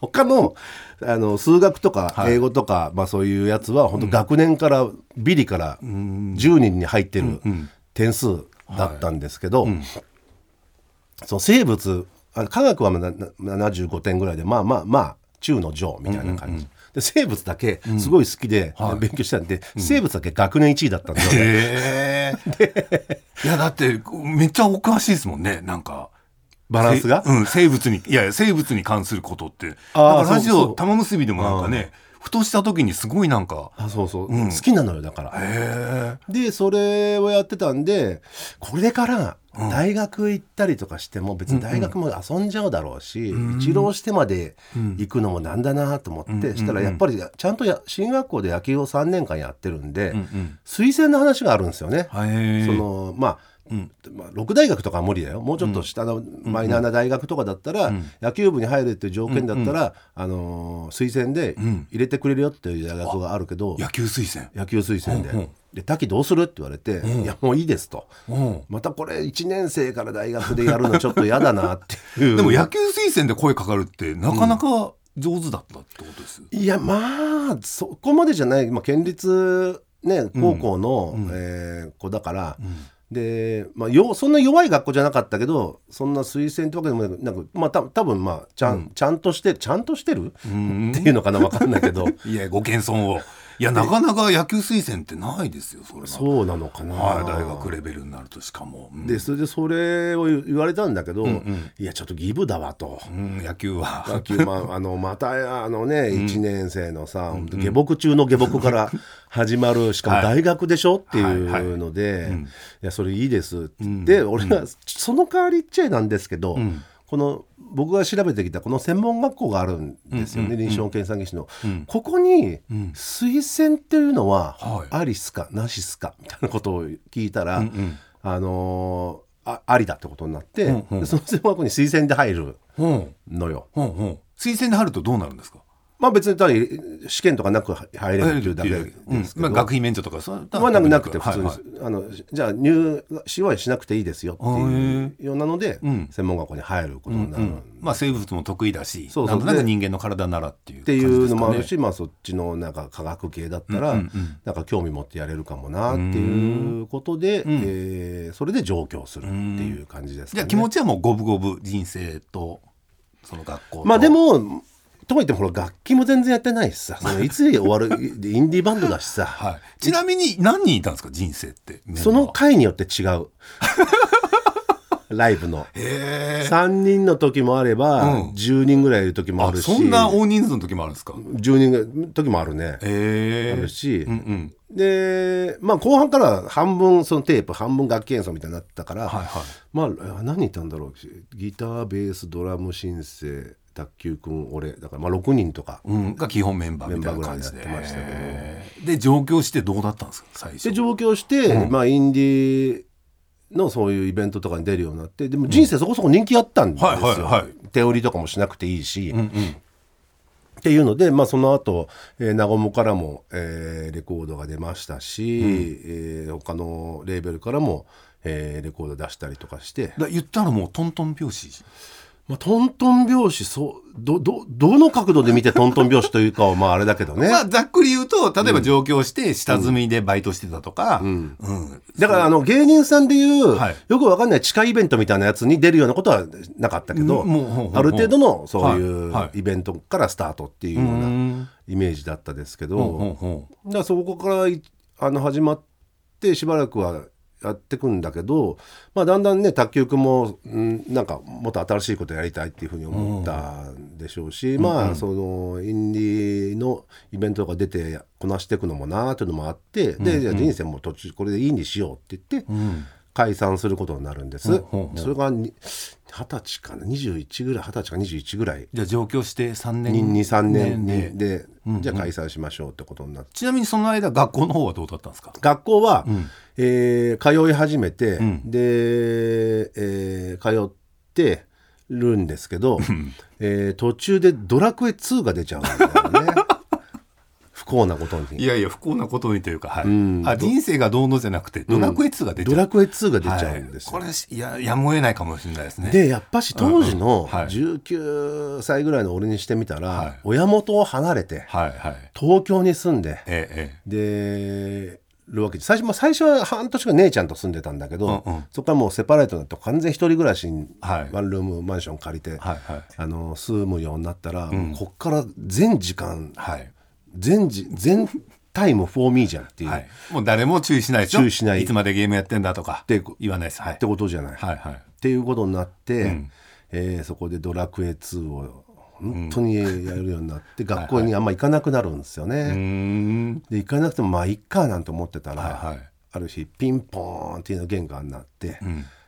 Speaker 2: 他のあの数学とか
Speaker 1: い
Speaker 2: 英語とか、まあ、そういうやつは本当学年から、ビリから10人に入ってる点数だったんですけど、そう生物あ科学はまあなな75点ぐらいでまあまあまあ中の上みたいな感じ、で生物だけすごい好きで、勉強したんで、生物だけ学年1位だったんですよ
Speaker 1: へえいやだってめっちゃおかしいですもんねなんか
Speaker 2: バランスが
Speaker 1: せうん生物にいやいや生物に関することって
Speaker 2: あー
Speaker 1: なんかラジ
Speaker 2: そう
Speaker 1: オ
Speaker 2: そう
Speaker 1: 玉結びでもなんかねふとした時にすごいなんか
Speaker 2: あそうそう、好きなのよだから。
Speaker 1: へ
Speaker 2: でそれをやってたんでこれから大学行ったりとかしても別に大学も遊んじゃうだろうし、一浪してまで行くのもなんだなと思って、したらやっぱりちゃんとや進学校で野球を3年間やってるんで、推薦の話があるんですよね。
Speaker 1: えへえ
Speaker 2: そのまあまあ、6大学とかは無理だよもうちょっと下のマイナーな大学とかだったら、野球部に入るっていう条件だったら、あのー推薦で入れてくれるよっていう大学があるけど、
Speaker 1: 野球推薦
Speaker 2: 野球推薦で「
Speaker 1: うんうん
Speaker 2: で滝どうする?」って言われて「いやもういいです」と
Speaker 1: うん
Speaker 2: 「またこれ1年生から大学でやるのちょっと嫌だな」ってい う
Speaker 1: でも野球推薦で声かかるってなかなか上手だったってことです、
Speaker 2: いやまあそこまでじゃない、まあ、県立、ね、高校の、えー子だから、で、まあ、よそんな弱い学校じゃなかったけどそんな推薦ってわけでもなくなんか、まあ、た多分まあちゃん、ちゃんとしてちゃんとしてる、っていうのかな分かんない けど
Speaker 1: いやご謙遜をいやなかなか野球推薦ってないですよそれは
Speaker 2: そうなのかな、
Speaker 1: はい、大学レベルになるとしかも、うん
Speaker 2: でそれでそれを言われたんだけど、いやちょっとギブだわと。
Speaker 1: うん野球は
Speaker 2: 野球 まあ、あのまたあのね1年生のさ、ほんと下僕中の下僕から始まるしかも
Speaker 1: はい
Speaker 2: 大学でしょってい
Speaker 1: はいはいう
Speaker 2: ので、いやそれいいですって言って、俺がその代わりっちゃなんですけど、この僕が調べてきたこの専門学校があるんですよね、臨床検査技師の、ここに推薦っていうのは
Speaker 1: はい
Speaker 2: ありっすかなしっすかみたいなことを聞いたら、あのーあありだってことになって、でその専門学校に推薦で入る
Speaker 1: うん
Speaker 2: のよ。
Speaker 1: うんうん推薦で入るとどうなるんですか
Speaker 2: まあ別に単に試験とかなく入れるっていうだけ
Speaker 1: 入
Speaker 2: で
Speaker 1: るっていう
Speaker 2: すけ
Speaker 1: うんまあ、
Speaker 2: ど、まあ
Speaker 1: 学費免除とかそういうの
Speaker 2: なくなくて普
Speaker 1: は
Speaker 2: 通
Speaker 1: い
Speaker 2: に、
Speaker 1: はい
Speaker 2: あのじゃあ入試はしなくていいですよっていうようなので、
Speaker 1: ん
Speaker 2: 専門学校に入ることになるっ
Speaker 1: まあ、生物も得意だし
Speaker 2: そうそう
Speaker 1: なんとなく人間の体ならっていう
Speaker 2: ていうのもあ
Speaker 1: 感じ
Speaker 2: る
Speaker 1: です
Speaker 2: し、まあそっちのなんか科学系だったら、なんか興味持ってやれるかもなっていうことで、えーそれで上京するっていう感じです
Speaker 1: かねじゃ
Speaker 2: か
Speaker 1: あ
Speaker 2: ね。
Speaker 1: 気持ちはもう五分五分人生とその学校と
Speaker 2: まあでもとはいってもほら楽器も全然やってないしさそのいつ終わる インディーバンドだしさ、
Speaker 1: はい、ちなみに何人いたんですか人生ってメンバー
Speaker 2: その回によって違うライブの
Speaker 1: へえ
Speaker 2: 3人の時もあれば、
Speaker 1: うん
Speaker 2: 10人ぐらいいる時もあ
Speaker 1: あ
Speaker 2: るし
Speaker 1: そんな大人数の時もあるんですか
Speaker 2: 10人ぐらい時もあるね、
Speaker 1: へえ
Speaker 2: あるし、
Speaker 1: うんうん
Speaker 2: でまあ後半からは半分そのテープ半分楽器演奏みたいになったから、
Speaker 1: はいはい
Speaker 2: まあ何言ったんだろうギターベースドラムシンセ卓球くん俺だからまあ6人とか、
Speaker 1: うん、が基本メンバーみたいな感じで
Speaker 2: メンバーぐらいでやってましたけど
Speaker 1: へーで上京してどうだったんですか最初
Speaker 2: で上京して、まあインディーのそういうイベントとかに出るようになってでも人生そこそこ人気あったんですよ、
Speaker 1: はいはいはい
Speaker 2: 手売りとかもしなくていいし、っていうので、まあ、その後、えー、ナゴモからも、えーレコードが出ましたし、えー他のレーベルからも、えーレコード出したりとかして、
Speaker 1: だ言ったらもうトントン拍子
Speaker 2: まあ、トントン拍子そうどどどの角度で見てトントン拍子というかはまああれだけどね、
Speaker 1: まあざっくり言うと例えば上京して下積みでバイトしてたとか、うん
Speaker 2: だからあの芸人さんでいう、
Speaker 1: はい
Speaker 2: よくわかんない地下イベントみたいなやつに出るようなことはなかったけど、
Speaker 1: うんもうほうほうほう
Speaker 2: ある程度のそうい
Speaker 1: はいは
Speaker 2: う
Speaker 1: い
Speaker 2: イベントからスタートっていうようなイメージだったですけど、
Speaker 1: ほうほ
Speaker 2: だからそこからいあの始まってしばらくはやってくんだけど、まあ、だんだんね卓球くんも、うん、なんかもっと新しいことやりたいっていうふうに思ったんでしょうし、まあそのインディーのイベントとか出てこなしていくのもなーというのもあって、でじゃあ人生も途中これでいいにしようって言って。解散することになるんです、それがに二十歳かな21ぐらい二十歳か21ぐらい
Speaker 1: じゃあ上京して3年
Speaker 2: 23年
Speaker 1: ね
Speaker 2: にで、じゃあ解散しましょうってことになって
Speaker 1: ちなみにその間学校の方はどうだったんですか
Speaker 2: 学校は、えー通い始めて、で、えー通ってるんですけど、えー途中で「ドラクエ2」が出ちゃうんだよね 不幸なこと
Speaker 1: い
Speaker 2: に。
Speaker 1: やいや不幸なことにというか、はいあ人生がどうのじゃなくてドラクエ2が出ち
Speaker 2: ド
Speaker 1: ゃう、
Speaker 2: ラクエ2が出ちゃうんですよ、
Speaker 1: はい、これいややむを得ないかもしれないですね
Speaker 2: でやっぱし当時の
Speaker 1: はい
Speaker 2: 19歳ぐらいの俺にしてみたら、
Speaker 1: はい
Speaker 2: 親元を離れて
Speaker 1: はいはい
Speaker 2: 東京に住んで
Speaker 1: ええええ
Speaker 2: でるわけで最初,、まあ最初は半年が姉ちゃんと住んでたんだけど、
Speaker 1: うんうん
Speaker 2: そこからもうセパレートになって完全一人暮らしに、
Speaker 1: はい
Speaker 2: ワンルームマンション借りて、
Speaker 1: はいはい
Speaker 2: あの住むようになったら、こっから全時間
Speaker 1: はい
Speaker 2: 全時全タイムフォーミーじゃんっていう、
Speaker 1: は
Speaker 2: っ
Speaker 1: い、もう誰も注意しないでしょ
Speaker 2: 注意しない
Speaker 1: いつまでゲームやってんだとか
Speaker 2: て
Speaker 1: 言わないですはい
Speaker 2: てことじゃない、
Speaker 1: はいはい
Speaker 2: っていうことになって、えーそこで「ドラクエ2」を本当にやるようにな って、学校にあんま行かなくなるんですよね。
Speaker 1: うーん
Speaker 2: で行かなくてもまあいっかなんて思ってたら、
Speaker 1: はいはい
Speaker 2: ある日ピンポーンっていうの玄関になって、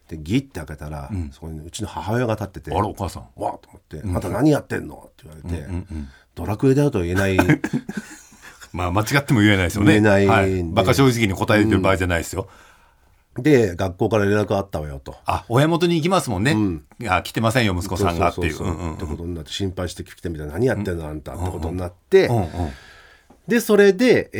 Speaker 2: でギッて開けたら、そこにうちの母親が立ってて
Speaker 1: あらお母さん
Speaker 2: わーっと思って「あんた何やってんの?」って言われて、ドラクエだよ」とは言えない
Speaker 1: まあ間違っても言えないですよね
Speaker 2: 言えないんで
Speaker 1: はい、バカ正直に答えてる場合じゃないですよ、
Speaker 2: で学校から連絡あったわよと。
Speaker 1: あ親元に行きますもんね、あ来てませんよ息子さんがっていう
Speaker 2: そうそ
Speaker 1: う
Speaker 2: うそ
Speaker 1: ん
Speaker 2: う
Speaker 1: うん
Speaker 2: ってことになって心配してきてみたいな何やってんのあんたってことになって、
Speaker 1: うんうん
Speaker 2: でそれで、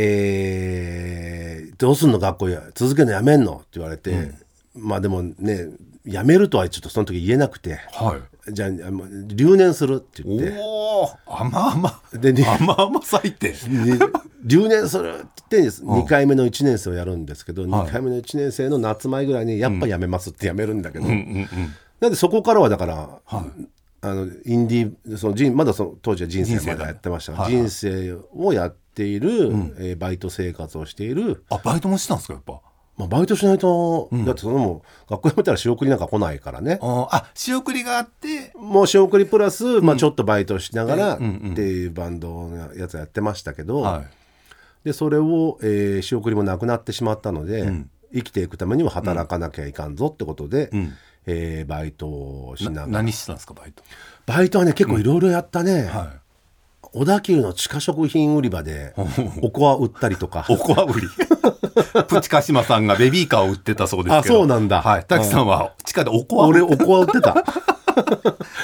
Speaker 2: えーどうすんの学校や続けるのやめんの?」って言われて、まあでもねやめるとはちょっとその時言えなくて。
Speaker 1: はい
Speaker 2: じゃああもう留年するって言って
Speaker 1: おお甘々
Speaker 2: でに
Speaker 1: 甘々咲いて
Speaker 2: で留年するって言って2回目の1年生をやるんですけど、2回目の1年生の夏前ぐらいにやっぱやめますってやめるんだけど、なんでそこからはだから、あのインディーその人まだその当時は人生まだやってました人生,、をやっている、えーバイト生活をしている、
Speaker 1: あバイトもしてたんですかやっぱ
Speaker 2: まあ、バイトしないと、だってそのもう学校辞めたら仕送りなんか来ないからね。
Speaker 1: ああ仕送りがあって
Speaker 2: もう仕送りプラス、まあ、ちょっとバイトしながらっていうバンドのやつやってましたけど、
Speaker 1: はい
Speaker 2: でそれを、えー仕送りもなくなってしまったので、生きていくためには働かなきゃいかんぞってことで、えーバイトをしながら
Speaker 1: 何してたんですかバイト
Speaker 2: バイトはね結構いろいろやったね、
Speaker 1: は
Speaker 2: 小田急の地下食品売り場でおこわ売ったりとか
Speaker 1: いおこわ 売りプチカシマさんがベビーカーを売ってたそうですけど
Speaker 2: あそうなんだ
Speaker 1: はい滝さんは地下でおこわ
Speaker 2: 俺 おこわ売って た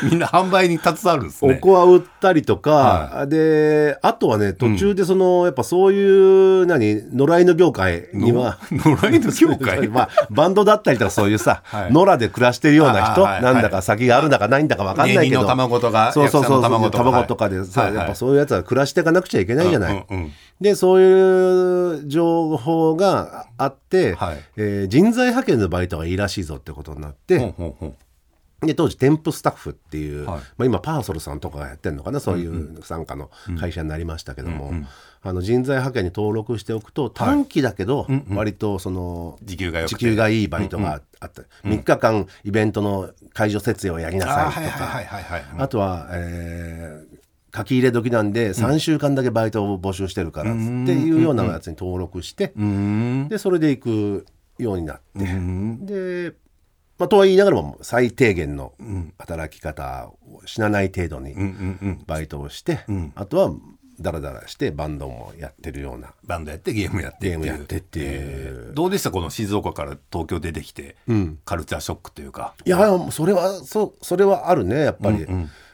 Speaker 1: みんな販売に携わるんです
Speaker 2: お
Speaker 1: ね
Speaker 2: こわ売ったりとか、であとはね途中でその、やっぱそういう何野良犬業界には
Speaker 1: 野良犬協 会
Speaker 2: まあ、バンドだったりとかそういうさ、
Speaker 1: はい
Speaker 2: 野良で暮らしてるような人、
Speaker 1: あーはい
Speaker 2: なんだか先があるんだかないんだか分かんないけ
Speaker 1: 芸人
Speaker 2: ど
Speaker 1: の卵とか
Speaker 2: そうそうそう
Speaker 1: 役者の卵とか
Speaker 2: 卵とかでさ、
Speaker 1: はいはい
Speaker 2: やっぱそういうやつは暮らしていかなくちゃいけないじゃない、
Speaker 1: うんうんうん
Speaker 2: でそういう情報があって、
Speaker 1: はい
Speaker 2: えー人材派遣のバイトがいいらしいぞってことになって、
Speaker 1: ほんほんほん
Speaker 2: で当時添付スタッフっていう、
Speaker 1: はい
Speaker 2: まあ、今パーソルさんとかがやってるのかなそういう傘下の会社になりましたけども、あの人材派遣に登録しておくと短期だけど割とその
Speaker 1: 時給が良くて
Speaker 2: 時給がいいバイトがあったり、3日間イベントの会場設営をやりな
Speaker 1: あー
Speaker 2: さ
Speaker 1: はいい
Speaker 2: とか
Speaker 1: はいはいはいはい
Speaker 2: あとは、えー書き入れ時なんで3週間だけバイトを募集してるからっつっていうようなやつに登録して、
Speaker 1: うーん
Speaker 2: でそれで行くようになって、で、まあ、とは言いながらも最低限の働き方を死なない程度にバイトをして、あとはダラダラしてバンドもやってるような
Speaker 1: バンドやってゲームやって
Speaker 2: ゲー
Speaker 1: っ
Speaker 2: ム
Speaker 1: てい
Speaker 2: や
Speaker 1: う
Speaker 2: ってっていう。
Speaker 1: どうでしたこの静岡から東京出てきて、カルチャーショックというか
Speaker 2: いやそれはそうそれはあるねやっぱり、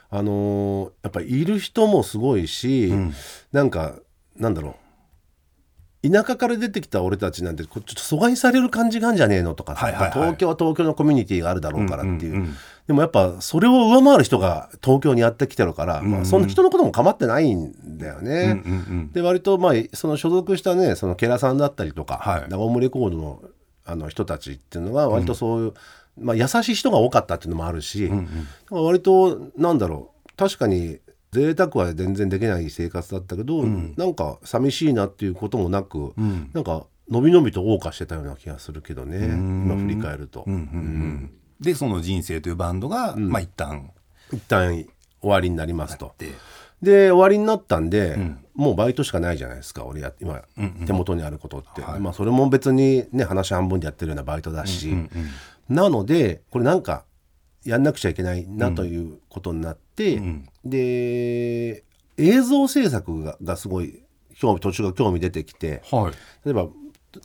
Speaker 2: あのーやっぱいる人もすごいし、なんかなんだろう田舎から出てきた俺たちなんてこうちょっと阻害される感じがあんじゃねえのとかさ、
Speaker 1: はいはいはい
Speaker 2: 東京は東京のコミュニティがあるだろうからっていう,、でもやっぱそれを上回る人が東京にやってきてるから、まあ、そんな人のことも構ってないんだよね。で割とまあその所属したねそのケラさんだったりとか、
Speaker 1: はい
Speaker 2: ダゴムレコードのあの人たちっていうのは割とそういう、まあ、優しい人が多かったっていうのもあるし、だから割となんだろう確かに贅沢は全然できない生活だったけど、なんか寂しいなっていうこともなく、なんかのびのびと謳歌してたような気がするけどね今振り返ると、
Speaker 1: でその「人生」というバンドが、まあ一旦
Speaker 2: 一旦終わりになりますと
Speaker 1: で
Speaker 2: で終わりになったんで、もうバイトしかないじゃないですか俺や今、手元にあることって、まあ、それも別にね話半分でやってるようなバイトだし、なのでこれなんかやんなくちゃいけないなということになって、で映像制作ががすごい興味途中が興味出てきて
Speaker 1: はい、
Speaker 2: 例えば、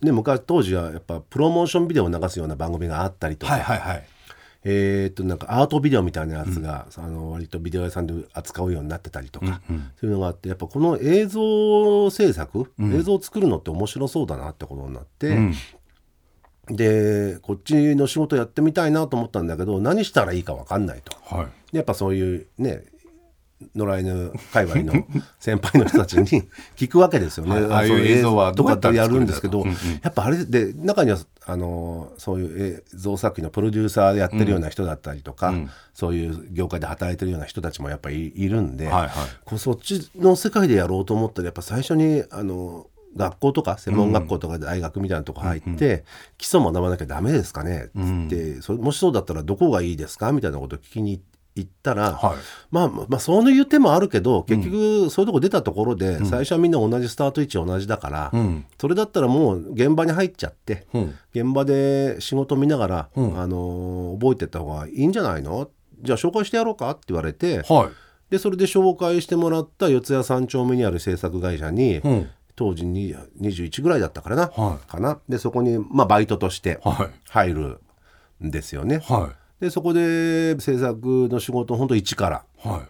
Speaker 2: ね、昔当時はやっぱプロモーションビデオを流すような番組があったりとか、
Speaker 1: はいはいはい
Speaker 2: えーっとなんかアートビデオみたいなやつが、あの割とビデオ屋さんで扱うようになってたりとか、そういうのがあってやっぱこの映像制作、映像を作るのって面白そうだなってことになって、でこっちの仕事やってみたいなと思ったんだけど何したらいいか分かんないと。
Speaker 1: はい
Speaker 2: でやっぱそういうね野良犬界 隈の先輩の人たちに聞くわけですよ
Speaker 1: は
Speaker 2: ね。
Speaker 1: いああいう映像はど
Speaker 2: どう
Speaker 1: う
Speaker 2: や
Speaker 1: や
Speaker 2: っ
Speaker 1: ったた
Speaker 2: ら
Speaker 1: ら
Speaker 2: や
Speaker 1: 作
Speaker 2: る
Speaker 1: る
Speaker 2: ん
Speaker 1: ん
Speaker 2: で
Speaker 1: だ
Speaker 2: す
Speaker 1: と
Speaker 2: けど、やっぱあれで中にはあのそういう映像作品のプロデューサーでやってるような人だったりとか、そういう業界で働いてるような人たちもやっぱりいるんで、
Speaker 1: はいはい
Speaker 2: こうそっちの世界でやろうと思ったらやっぱ最初にあの学校とか専門学校とか大学みたいなとこ入って、基礎学ばなきゃダメですかねって、それもしそうだったらどこがいいですかみたいなことを聞きに行ったら、
Speaker 1: はい
Speaker 2: まあまあまあそういう手もあるけど結局そういうとこ出たところで最初はみんな同じスタート位置同じだから、
Speaker 1: ん
Speaker 2: それだったらもう現場に入っちゃって、
Speaker 1: うん
Speaker 2: 現場で仕事見ながら、あのー覚えてった方がいいんじゃないのじゃあ紹介してやろうかって言われて、
Speaker 1: はい
Speaker 2: でそれで紹介してもらった四谷三丁目にある制作会社に、
Speaker 1: ん
Speaker 2: 当時に21ぐらいだったからな、
Speaker 1: は
Speaker 2: かなでそこに、まあ、バイトとして
Speaker 1: はい
Speaker 2: 入るんですよね。
Speaker 1: は
Speaker 2: でそこで制作の仕事を本当一から、
Speaker 1: いは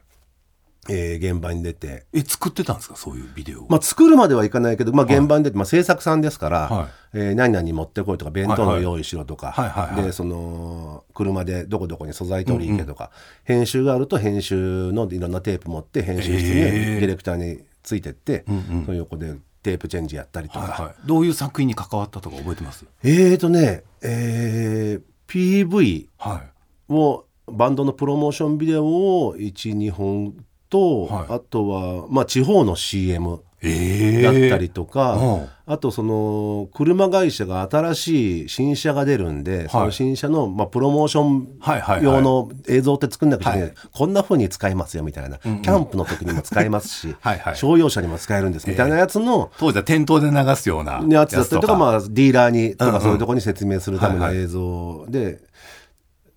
Speaker 2: えー現場に出て、
Speaker 1: いえ作ってたんですかそういうビデオを
Speaker 2: まあ、作るまではいかないけど、まあ、現場に出て、まあ、制作さんですから、
Speaker 1: はい
Speaker 2: えー何々持ってこいとか弁当
Speaker 1: はい
Speaker 2: の
Speaker 1: はい
Speaker 2: 用意しろとか、
Speaker 1: はいはいはい
Speaker 2: でその車でどこどこに素材取り行けとか、編集があると編集のいろんなテープ持って編集室に
Speaker 1: え
Speaker 2: デ
Speaker 1: ー
Speaker 2: ィレクターについてって、その横でテープチェンジやったりとか、
Speaker 1: はいはい、どういう作品に関わったとか覚えてます
Speaker 2: えーとね、えー PV
Speaker 1: はい
Speaker 2: をバンドのプロモーションビデオを12本と、
Speaker 1: はい
Speaker 2: あとは、まあ、地方の CM
Speaker 1: ええ
Speaker 2: だったりとか、
Speaker 1: うん
Speaker 2: あとその車会社が新しい新車が出るんで、その新車の、まあ、プロモーション
Speaker 1: はいはいはい
Speaker 2: 用の映像って作んなくちゃいけない、
Speaker 1: は
Speaker 2: こんな風に使えますよみたいな、キャンプの時にも使えますし
Speaker 1: はいはい
Speaker 2: 商用車にも使えるんですみたいなやつの、
Speaker 1: 当時は店頭で流すような
Speaker 2: やつだったりとか、まあ、ディーラーにと
Speaker 1: うんう
Speaker 2: か
Speaker 1: ん
Speaker 2: そういうところに説明するため
Speaker 1: は
Speaker 2: の
Speaker 1: いはい
Speaker 2: 映像で、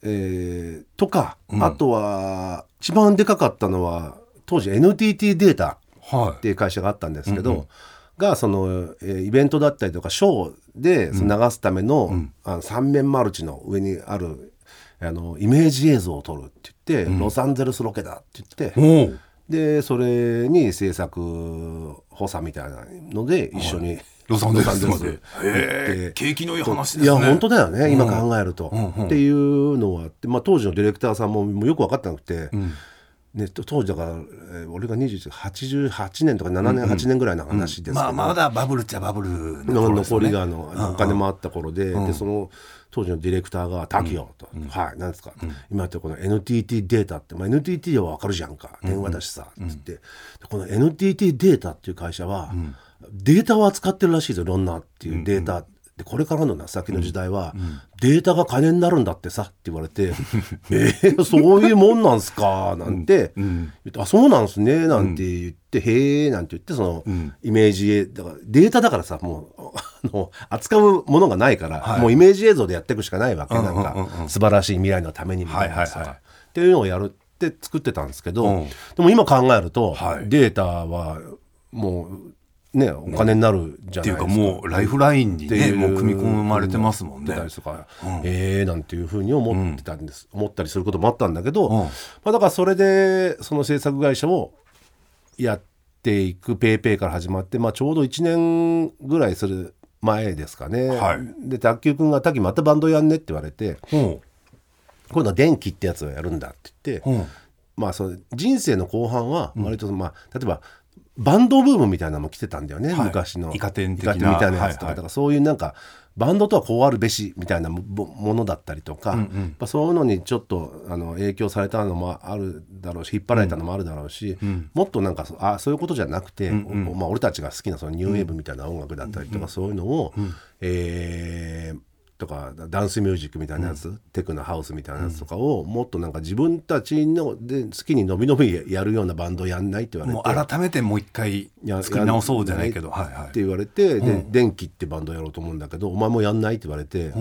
Speaker 2: えーとか、あとは一番でかかったのは当時 NTT データ
Speaker 1: は
Speaker 2: っ
Speaker 1: い
Speaker 2: ていう会社があったんですけど、がその、えーイベントだったりとかショーでその流すための,、あの3面マルチの上にあるあのイメージ映像を撮るって言って、ロサンゼルスロケだって言って。
Speaker 1: おう
Speaker 2: でそれに制作補佐みたいなので一緒に
Speaker 1: ロサンゼルスまで
Speaker 2: ロ
Speaker 1: ええ景気のいい話
Speaker 2: い
Speaker 1: です
Speaker 2: や
Speaker 1: ね
Speaker 2: 本当だよね、今
Speaker 1: うん
Speaker 2: 考えると、っていうのはあって、まあ、当時のディレクターさんももうよく分かってなくて、ね、と当時だから、えー俺が2188年とか7年、8年ぐらいの話ですけど、
Speaker 1: まあまだバブルっちゃバブル
Speaker 2: の
Speaker 1: 頃ですよ
Speaker 2: 残
Speaker 1: ね
Speaker 2: りがあのお金もあった頃で,、でその当時のディレクターが「滝よ」と「はいなんですか、今やってるこの NTT データって、まあ、NTT は分かるじゃんか電話だしさ」って言って、でこの NTT データっていう会社は、データを扱ってるらしいぞいろんなっていうデータ。でこれからのな先の時代は、データが金になるんだってさって言われて 「えー、そういうもんなんすか」なんて言って「あそうなんすね」なんて言って「へえ」なんて言ってその、イメージ映だからデータだからさもうあの扱うものがないから、もうイメージ映像でやっていくしかないわけ、なんか、素晴らしい未来のためにみたいなさ、
Speaker 1: はいはいはい
Speaker 2: っていうのをやるって作ってたんですけど、
Speaker 1: うん
Speaker 2: でも今考えると、
Speaker 1: はい
Speaker 2: データはもうねお金になるじゃ
Speaker 1: って
Speaker 2: ないいうですか。
Speaker 1: かもうライフラインに
Speaker 2: ってい
Speaker 1: ねもう組み込まれてますもんね
Speaker 2: 出たりとか、えーなんていうふうに思ってたんです、思ったりすることもあったんだけど、
Speaker 1: ん
Speaker 2: まあ、だからそれでその制作会社をやっていくペイペイから始まって、まあ、ちょうど1年ぐらいする前ですかね、
Speaker 1: はい
Speaker 2: で卓球君が「滝またバンドやんね」って言われて
Speaker 1: ほ
Speaker 2: 「今度は電気ってやつをやるんだ」って言って、
Speaker 1: うほう
Speaker 2: まあ、その人生の後半は割とその、まあ、例えばバンドブームみたいなのも来てたんだよね、
Speaker 1: はい
Speaker 2: 昔の
Speaker 1: イカ天的
Speaker 2: イ
Speaker 1: な
Speaker 2: カ天みたいなやつとか、
Speaker 1: はいはい
Speaker 2: だからそういうなんかバンドとはこうあるべしみたいなもものだったりとか、やっぱそういうのにちょっとあの影響されたのもあるだろうし引っ張られたのもあるだろうし、もっとなんかそあそういうことじゃなくて、おまあ、俺たちが好きなそのニューウェーブみたいな音楽だったりとか、そういうのを、えーとかダンスミュージックみたいなやつ、テクノハウスみたいなやつとかを、もっとなんか自分たちので好きにのびのびやるようなバンドやんないって言われて
Speaker 1: もう改めてもう一回
Speaker 2: や
Speaker 1: 作り直そうじゃないけど、はいは
Speaker 2: っ
Speaker 1: い。
Speaker 2: て言われて「で電気」ってバンドやろうと思うんだけど「お前もやんない?」って言われて、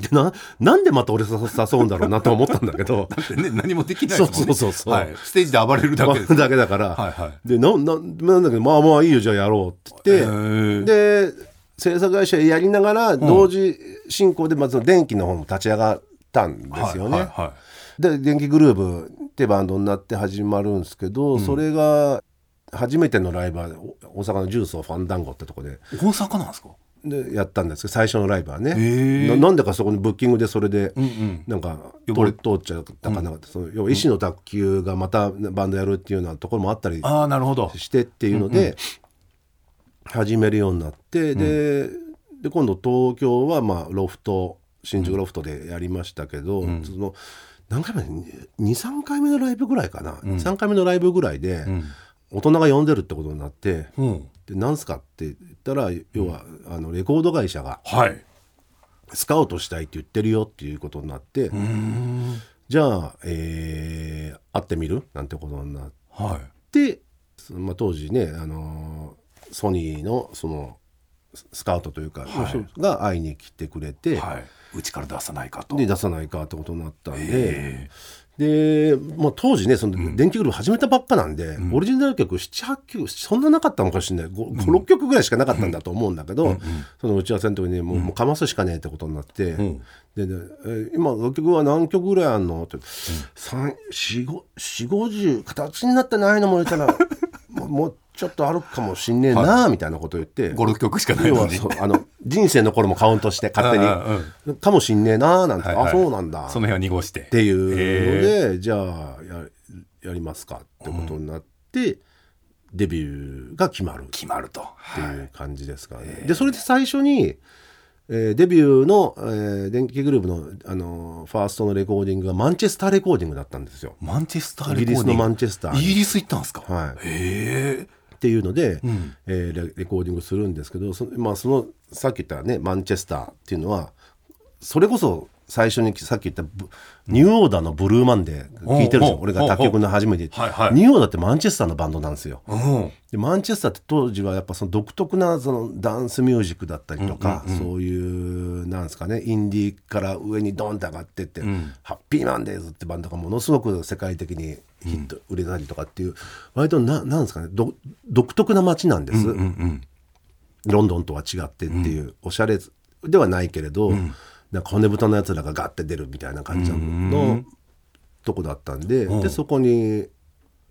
Speaker 2: でななんでまた俺誘誘うんだろうなと思ったんだけど
Speaker 1: ね、何もできないですもんね。
Speaker 2: そうそうそうそう
Speaker 1: はい。ステージで暴れ るだけです。
Speaker 2: だけだから、
Speaker 1: はいは
Speaker 2: でなななんだけど「まあまあいいよじゃあやろう」って
Speaker 1: へ
Speaker 2: 言
Speaker 1: ー
Speaker 2: ってで制作会社やりながら同時進行でまず電気の方も立ち上がったんですよ
Speaker 1: は
Speaker 2: ね。
Speaker 1: いはいは
Speaker 2: で電気グルーブってバンドになって始まるんですけど、それが初めてのライブはお大阪のジュースをファンダンゴってとこで
Speaker 1: い大阪なんですか
Speaker 2: でやったんですけど最初のライブはね
Speaker 1: へー
Speaker 2: ななんでかそこにブッキングでそれで、
Speaker 1: ん
Speaker 2: なんか
Speaker 1: 呼ばれ
Speaker 2: 通通っちゃったかな、その要は医師の卓球がまたバンドやるっていうようなところもあったり
Speaker 1: ああ、なるほど。
Speaker 2: してっていうので、始めるようになってで,、で今度東京はまあロフト新宿ロフトでやりましたけど、その何回目23回目のライブぐらいかな、3回目のライブぐらいで、大人が呼んでるってことになって。
Speaker 1: うん。
Speaker 2: で何すかって言ったら要は、あのレコード会社が
Speaker 1: はい。
Speaker 2: スカウトしたいって言ってるよっていうことになって、じゃあ、えー会ってみるなんてことになっ
Speaker 1: は
Speaker 2: で、そのまあ、当時ね、あのーソニーのそのススカウトというか、が会いに来てくれて、
Speaker 1: い。はい。うちから出さないかと。
Speaker 2: で出さないかってことになったんで
Speaker 1: え、
Speaker 2: でまあ、当時ねその電気グループ始めたばっかなんで、オリジナル曲78曲そんななかったのかもしれない56曲ぐらいしかなかったんだと思うんだけど、その打ち合わせの時にもう,、もうかますしかねえってことになって、ででえー今楽曲は何曲ぐらいあんの?」って「450形になってないのも入 れたらもうもうちょっとあるかもしんねえな」みたいなこと言っ
Speaker 1: 5、
Speaker 2: て。
Speaker 1: 6曲しかない
Speaker 2: 要
Speaker 1: の
Speaker 2: は
Speaker 1: に。
Speaker 2: そうあの人生の頃もカウントして勝手
Speaker 1: うんうん
Speaker 2: にかもしんねえなーなんて、
Speaker 1: はいはい
Speaker 2: あそうなんだっ
Speaker 1: その辺は濁して。
Speaker 2: ていうの
Speaker 1: へ
Speaker 2: で、じゃあややりますかってことになって、デビューが決まるって
Speaker 1: 決まると。
Speaker 2: いう感じですかね。でそれで最初に、えーデビューの、えー電気グループの、あのーファーストのレコーディングがマンチェスターレコーディングだったんですよ。
Speaker 1: マンチェスター
Speaker 2: イギリスのマンチェスター
Speaker 1: イギリス行ったんですか
Speaker 2: はい
Speaker 1: へえ。
Speaker 2: っていうので、えーレレコーディングするんですけどそ,、まあ、そのさっき言ったねマンチェスターっていうのはそれこそ最初にさっき言ったブニューオーダーの「ブルーマンデー」聞いてるんですよ
Speaker 1: おう
Speaker 2: 俺が卓球君の初めて、
Speaker 1: おうはいはい
Speaker 2: ニューオーダーってマンチェスターのバンドなんですよ。
Speaker 1: うん。
Speaker 2: でマンチェスターって当時はやっぱその独特なそのダンスミュージックだったりとか、そういうなんですかねインディーから上にドンって上がってって、ハッピーマンデーズってバンドがものすごく世界的にヒット売れたりとかっていう、割とななんですかねど独特な街なんです、ロンドンとは違ってっていう、おしゃれではないけれど、なんか骨太のやつらがガッて出るみたいな感じの。とこだったんで,、でそこに、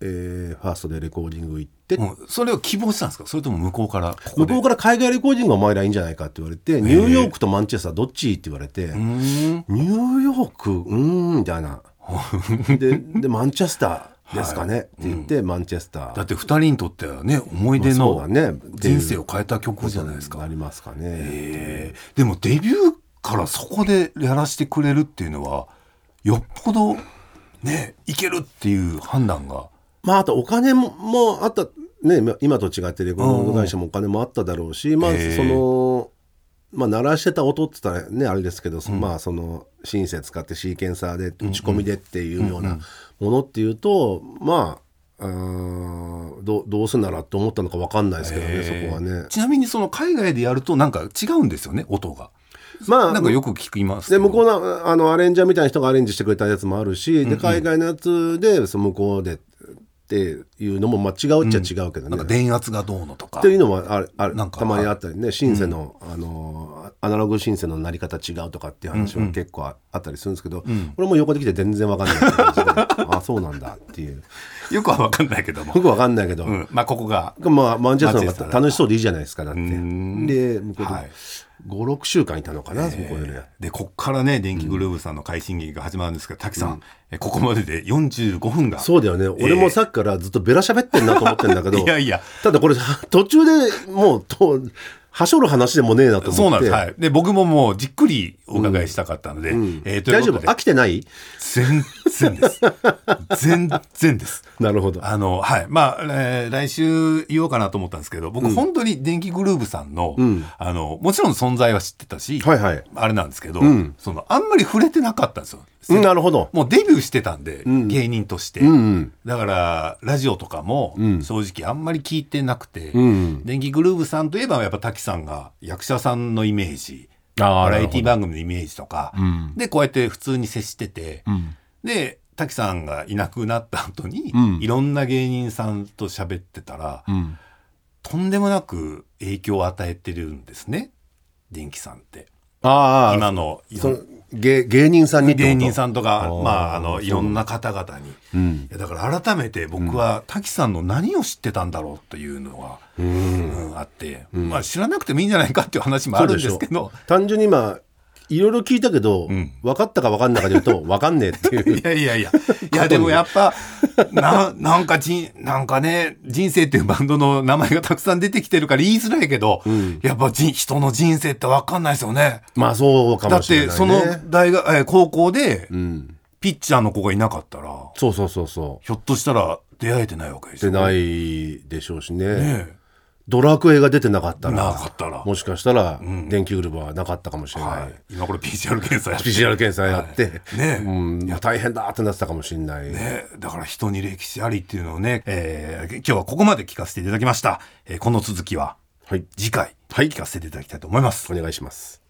Speaker 2: えーファーストでレコーディング行って
Speaker 1: もうそれを希望したんですかそれとも向こうからここ
Speaker 2: 向
Speaker 1: で
Speaker 2: こうから海外レコーディングはお前らいいんじゃないかって言われて、ニューヨークとマンチェスターどっちって言われて、ニューヨーク、うーん、みたいな。で、で、マンチェスターですかね、って言って、マンチェスター。
Speaker 1: だって二人にとってはね思い出
Speaker 2: そう
Speaker 1: の
Speaker 2: だね。
Speaker 1: 人生を変えた曲じゃないですか
Speaker 2: なりますかね。
Speaker 1: えーでもデビューからそこでやらせてくれるっていうのはよっぽどねいけるっていう判断が
Speaker 2: まあ、あとお金ももあった、ね、今今と違ってレコード会社もお金もあっただろうし、まあ、
Speaker 1: へえ
Speaker 2: その、まあ、鳴らしてた音って言ったらね、あれですけど、そまあ、その、シンセ使ってシーケンサーで打ち込みでっていうようなものっていうと、まあ、うーんどうどうせならと思ったのか分かんないですけどね、そこはね。
Speaker 1: ちなみにその海外でやるとなんか違うんですよね音が
Speaker 2: まあ、
Speaker 1: なんかよく聞きます
Speaker 2: で
Speaker 1: けど
Speaker 2: 向こうのあのアレンジャーみたいな人がアレンジしてくれたやつもあるし、で海外のやつでその向こうでっていうのもまあ違うっちゃ違うけどね、
Speaker 1: なんか電圧がどうのとか
Speaker 2: っていうのもあるある
Speaker 1: なんか
Speaker 2: たまにあったりねシンセの、あのアナログ申請のなり方違うとかっていう話は結構ああったりするんですけど、俺も横で来て全然わか んない感じであそうなんだっていう
Speaker 1: よくは分かんないけども
Speaker 2: よ、くわかんないけど、
Speaker 1: うん、まあここが
Speaker 2: まあ、マンチェスターの
Speaker 1: マンチェスター
Speaker 2: 方
Speaker 1: だ
Speaker 2: 楽しそうでいいじゃないですかだって
Speaker 1: ん
Speaker 2: で向こうで、
Speaker 1: はい
Speaker 2: 56週間いたのかな、そこでね
Speaker 1: でこっからね電気グルーヴさんの快進撃が始まるんですけど滝さん、えここまでで45分が
Speaker 2: そうだよね、俺もさっきからずっとベラ喋ってんなと思ってんだけど
Speaker 1: いやいや
Speaker 2: ただこれ途中でもうとはしょる話でもねえなと思って
Speaker 1: そうなんです、はい、で僕ももうじっくりお伺いしたかったので、えーとい
Speaker 2: 大
Speaker 1: う
Speaker 2: 丈
Speaker 1: こ
Speaker 2: 夫
Speaker 1: とで
Speaker 2: 飽きてない
Speaker 1: 全然です。全然です。
Speaker 2: なるほど
Speaker 1: あの、はい。まあ、えー来週言おうかなと思ったんですけど、僕、本当に電気グルーヴさんの、あの、もちろん存在は知ってたし、
Speaker 2: はいはい
Speaker 1: あれなんですけど、その、あんまり触れてなかったんですよ。
Speaker 2: うんなるほど
Speaker 1: もうデビューしてたんで、芸人として、
Speaker 2: うん
Speaker 1: だから、ラジオとかも、正直あんまり聞いてなくて、
Speaker 2: ん
Speaker 1: 電気グルーヴさんといえば、やっぱ滝さんが役者さんのイメージ、
Speaker 2: あー
Speaker 1: バラエティ番組のイメージとか、で、こうやって普通に接してて、で、滝さんがいなくなった後に、
Speaker 2: うん
Speaker 1: いろんな芸人さんと喋ってたら、
Speaker 2: うん
Speaker 1: とんでもなく影響を与えてるんですね、電気さんって。
Speaker 2: ああ
Speaker 1: 今のい
Speaker 2: そ
Speaker 1: ろん
Speaker 2: の芸芸人さんにってこと
Speaker 1: 芸人さんとか
Speaker 2: あー
Speaker 1: まああのいろんな方々に、いやだから改めて僕は滝さんの何を知ってたんだろうというのが、うんあって、まあ、知らなくてもいいんじゃないかっていう話もあるんですけど
Speaker 2: 単純に今いろいろ聞いたけど、分かったか分かんないかで言うと分かんねえってい う
Speaker 1: いやいやいやいやでもやっぱななんかじんなんかね人生っていうバンドの名前がたくさん出てきてるから言いづらいけど、やっぱじ人の人生って分かんないですよね。
Speaker 2: まあそうか
Speaker 1: だ
Speaker 2: も
Speaker 1: っ
Speaker 2: しれな
Speaker 1: て
Speaker 2: い、ね。
Speaker 1: その大学、えー高校で
Speaker 2: うん。
Speaker 1: ピッチャーの子がいなかったら
Speaker 2: そうそうそうそ
Speaker 1: ひょっとしたら出会えてないわけで
Speaker 2: う。
Speaker 1: し
Speaker 2: 出
Speaker 1: ょ。
Speaker 2: ないでしょうしね。
Speaker 1: ねえ
Speaker 2: ドラクエが出てなかったら、
Speaker 1: なかったら。
Speaker 2: もしかしたら、
Speaker 1: ん
Speaker 2: 電気グルーヴはなかったかもしれない。
Speaker 1: はい、今これ PCR 検査やって
Speaker 2: PCR 検査やって、
Speaker 1: ねえ
Speaker 2: うん、いや大変だってなってたかもしれない。
Speaker 1: ね、だから人に歴史ありっていうのをね、えー今日はここまで聞かせていただきました。えーこの続きは
Speaker 2: はい。
Speaker 1: 次回
Speaker 2: はい
Speaker 1: 聞かせていただきたいと思います。
Speaker 2: お願いします。